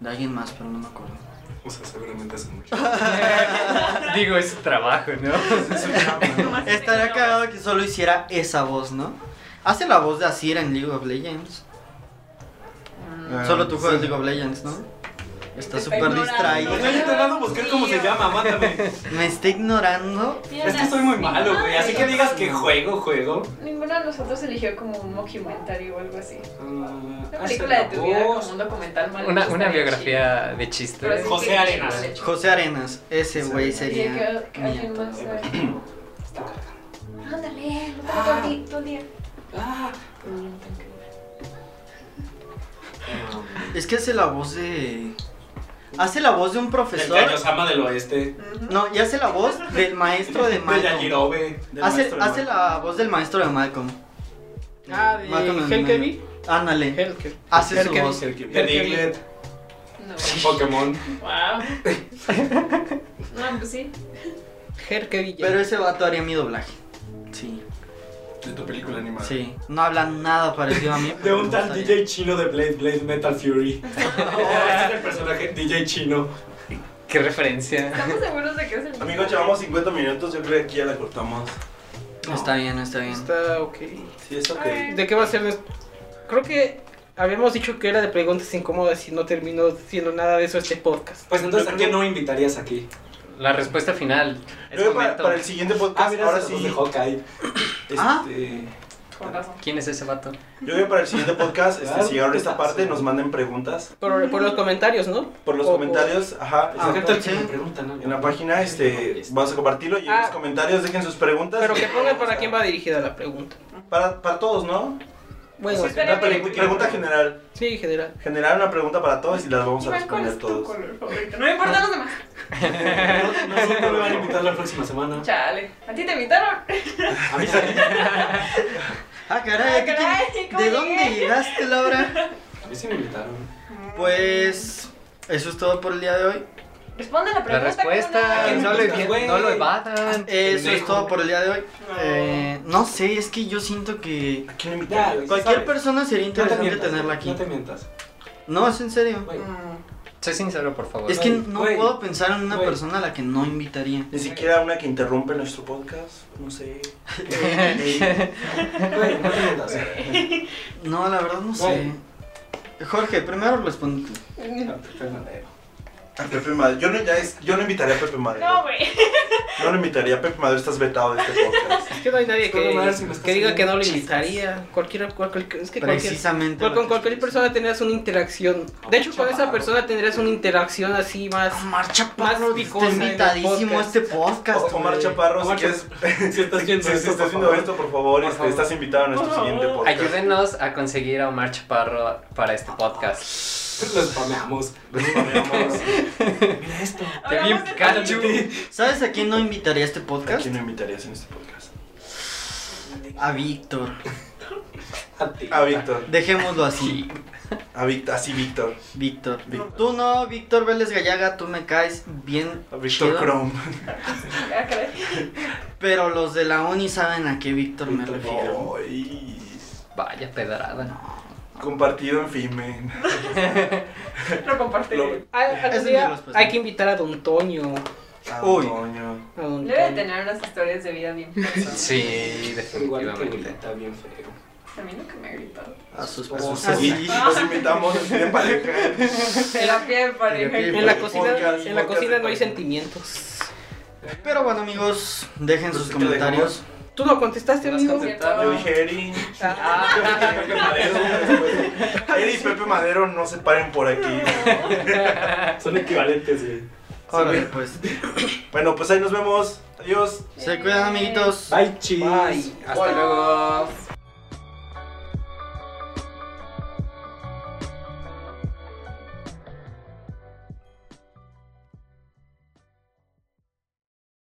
S2: de alguien más, pero no me acuerdo.
S3: O sea, seguramente hace mucho.
S5: Digo, es su trabajo, ¿no?
S4: Nomás
S2: Estaría
S4: tiene
S2: cagado que solo hiciera esa voz, ¿no? Hace la voz de Asira en League of Legends.
S1: Ah,
S2: Solo tú juegas
S1: sí.
S2: League of Legends, ¿no? Está
S4: Está
S2: súper
S4: ignorando.
S3: Estoy
S2: distraído.
S3: intentando buscar cómo se llama, mándame.
S2: Me está ignorando.
S4: Tiene
S3: Es que soy muy malo, güey. Así que digas que
S2: No.
S3: juego, juego.
S4: Ninguno de nosotros eligió como un mockumentary o algo así. Una
S1: Ah,
S3: Una
S4: película de tu vida, como un documental mal
S5: Una,
S4: hecho,
S5: una
S4: estaría
S5: biografía de
S4: chido. Pero así
S5: chistes.
S3: José
S4: que-
S3: Arenas.
S4: mal hecho.
S2: José Arenas, ese güey
S4: Sería
S2: sería.
S4: que- que
S2: mi
S4: alguien
S2: actor.
S4: más sabe.
S8: Ándale, no tengo todo el di- todo el día.
S3: Ah,
S2: Es que hace la voz de. hace la voz de un
S3: El
S2: profesor.
S3: Kaiosama del oeste.
S2: No, y hace la voz del maestro de
S3: De
S2: Malcolm.
S3: Yajirobe.
S1: Del
S2: Hace,
S1: maestro de
S2: hace la voz del maestro de Malcolm.
S6: Ah,
S2: Malcolm en el
S6: de Helkevi.
S2: medio. Ándale.
S6: Helkevi.
S2: Hace su
S6: Helkevi.
S2: voz.
S3: De Diglett.
S4: No.
S3: Pokémon.
S4: Wow. No, pues sí.
S6: Helkevi.
S2: Pero ese vato haría mi doblaje. Sí,
S1: De tu película animada.
S2: sí. No hablan nada parecido a mí.
S3: De
S2: pero
S3: un
S2: me
S3: tal
S2: gustaría.
S3: DJ chino de Blade Blade Metal Fury. Ese es el personaje DJ chino.
S5: Qué referencia.
S4: Estamos seguros de que es el mismo.
S1: Amigos, llevamos 50 minutos, yo creo que aquí ya la cortamos.
S2: Está bien, está bien.
S6: Está ok.
S1: Sí, es ok.
S4: Ay.
S6: ¿De qué va a ser? nuestro- Creo que habíamos dicho que era de preguntas incómodas y no terminó siendo nada de eso este podcast.
S3: Pues entonces, ¿a quién no invitarías aquí?
S5: La respuesta final. Es
S1: Luego para,
S5: momento.
S1: para el siguiente podcast,
S3: Ah, mira,
S1: ahora
S3: se
S1: sí.
S3: los de Hawkeye.
S1: Este,
S2: Ah.
S4: Con razón.
S5: ¿Quién es ese vato?
S1: Yo creo que para el siguiente podcast, este,
S3: Claro,
S1: si llegaron a esta
S3: sí.
S1: parte, nos manden preguntas
S6: Por, por los comentarios, ¿no?
S1: por los
S6: O- o-
S1: comentarios. Ajá,
S3: Ah,
S1: exacto.
S3: ¿qué tal si me preguntan algo?
S1: En la página, este, vamos a compartirlo y en los
S6: Ah.
S1: comentarios dejen sus preguntas.
S6: Pero que pongan para quién va dirigida la pregunta.
S1: Para, para todos, ¿no?
S6: Bueno,
S4: Sí.
S1: Una
S4: Estaría
S1: pre-
S4: bien.
S1: pregunta general.
S6: sí, en general.
S1: Generar una pregunta para todos y las vamos a
S4: Iván, ¿cuál
S1: responder
S4: es tu
S1: todos.
S4: color favorito? No me importan los demás.
S3: No, no, sé, no me van a invitar la próxima semana.
S4: Chale. ¿A ti te invitaron?
S3: A mí sí,
S2: Ah, caray.
S4: Ah,
S2: ¿qué
S4: caray,
S2: quién-
S4: ¿cómo
S2: ¿De
S4: llegué?
S2: dónde llegaste, Laura?
S3: a mí sí me invitaron.
S2: Pues eso es todo por el día de hoy.
S4: Mm. Responde la
S5: La
S4: pregunta.
S5: respuesta.
S4: cabrona.
S5: No lo,
S3: Preguntas,
S5: evi-
S3: güey.
S5: no lo evadan.
S2: Eso es
S3: Pendejo.
S2: todo por el día de hoy.
S4: No.
S2: Eh, no sé, es que yo siento que
S1: ¿A quién
S3: Ya,
S1: invitar?
S3: güey,
S2: cualquier
S3: sabes.
S2: persona sería
S3: No te
S2: interesante
S3: mientas.
S2: tenerla aquí.
S3: No te mientas.
S2: No, es en serio.
S3: Güey,
S4: Mm.
S5: Sé sincero, por favor.
S2: Es que
S3: Güey,
S2: no
S3: güey,
S2: puedo pensar en una
S3: güey.
S2: persona a la que no invitaría.
S1: Ni siquiera una que interrumpe nuestro podcast. No sé.
S2: Ah.
S3: güey, no te mientas. Ah,
S2: No, la verdad no sé.
S3: Güey.
S2: Jorge, primero responde tú.
S1: A Pepe Madero. Yo no, ya es, yo no invitaría a Pepe Madero.
S4: No, güey.
S1: No lo invitaría, Pepe Madero, estás vetado de este podcast.
S6: Es que no hay nadie
S3: Todo mal, si
S6: que,
S3: me estás
S6: que diga que no lo
S3: oyendo.
S6: invitaría. Cualquiera, cual- cual- es que cualquier,
S2: Precisamente.
S6: cual-
S2: lo
S6: con
S2: que-
S6: cualquier persona tendrías una interacción. De hecho, con esa persona tendrías una interacción así más.
S2: Omar Chaparro,
S6: Más picosa
S2: Ah, está
S6: en el
S2: invitadísimo a
S6: podcast.
S2: este podcast.
S1: Omar
S2: güey.
S1: Chaparro, si
S3: Omar
S1: quieres.
S3: Si estás
S1: Si
S3: viendo
S1: si
S3: esto,
S1: estás
S3: por
S1: viendo
S3: favor.
S1: esto, por favor,
S3: Por
S1: este,
S3: favor.
S1: estás invitado a nuestro
S4: Por
S1: siguiente
S4: favor.
S1: podcast.
S5: Ayúdenos a conseguir a Omar Chaparro para este podcast.
S3: Lo spameamos.
S1: Los amamos.
S3: Mira esto.
S5: Te vi
S4: Hablamos
S5: un
S4: de-
S5: Pikachu.
S2: ¿Sabes a quién no invitaría a este
S1: ¿A
S2: podcast?
S1: quién no invitarías en este podcast?
S2: A Víctor.
S3: A ti.
S1: A Víctor.
S2: Dejémoslo así.
S1: A Víctor. Así Víctor.
S2: Víctor.
S1: Víctor.
S2: Tú no, Víctor Vélez Gallaga, tú me caes bien.
S1: A Víctor
S2: chido,
S1: Chrome.
S4: Ah, caray.
S2: Pero los de la uni saben a qué Víctor me
S3: Víctor
S2: refiero.
S1: Ay,
S5: Vaya pedrada.
S1: Compartido en Fimen.
S4: Lo compartiré.
S1: Lo-
S6: Hay,
S2: Eso
S6: algún
S2: ni
S6: día
S2: los presento.
S6: hay que invitar a Don Toño.
S2: Uy.
S1: Antonio.
S6: A Don
S4: Debe de
S6: Toño.
S4: tener unas historias de vida bien pesadas.
S5: Sí,
S3: Ah, Igual que
S5: definitivamente.
S3: grita bien feo.
S4: A mí nunca me ha gritado.
S2: A sus
S1: A sus
S3: Ah,
S2: esposas.
S1: sí, Los invitamos así de pareja.
S4: La pie de pareja.
S1: En
S6: En la
S1: Podcast,
S6: cocina, en la
S1: podcast
S6: cocina
S1: de
S6: no hay
S1: pareja.
S6: sentimientos.
S2: Pero bueno, amigos, dejen sus
S1: Pues, ¿qué le
S2: comentarios.
S6: ¿Tú no contestaste,
S5: Nos
S6: amigo?
S5: contestó.
S1: Yo dije Eri.
S6: Ah,
S5: Ah,
S1: Yo dije Pepe Madero. Eri y Pepe Madero no se paren por aquí.
S3: Son equivalentes, güey.
S2: Ahora pues.
S1: Bueno, pues ahí nos vemos. Adiós.
S2: Se cuidan, amiguitos.
S3: Bye, chis.
S5: Hasta luego.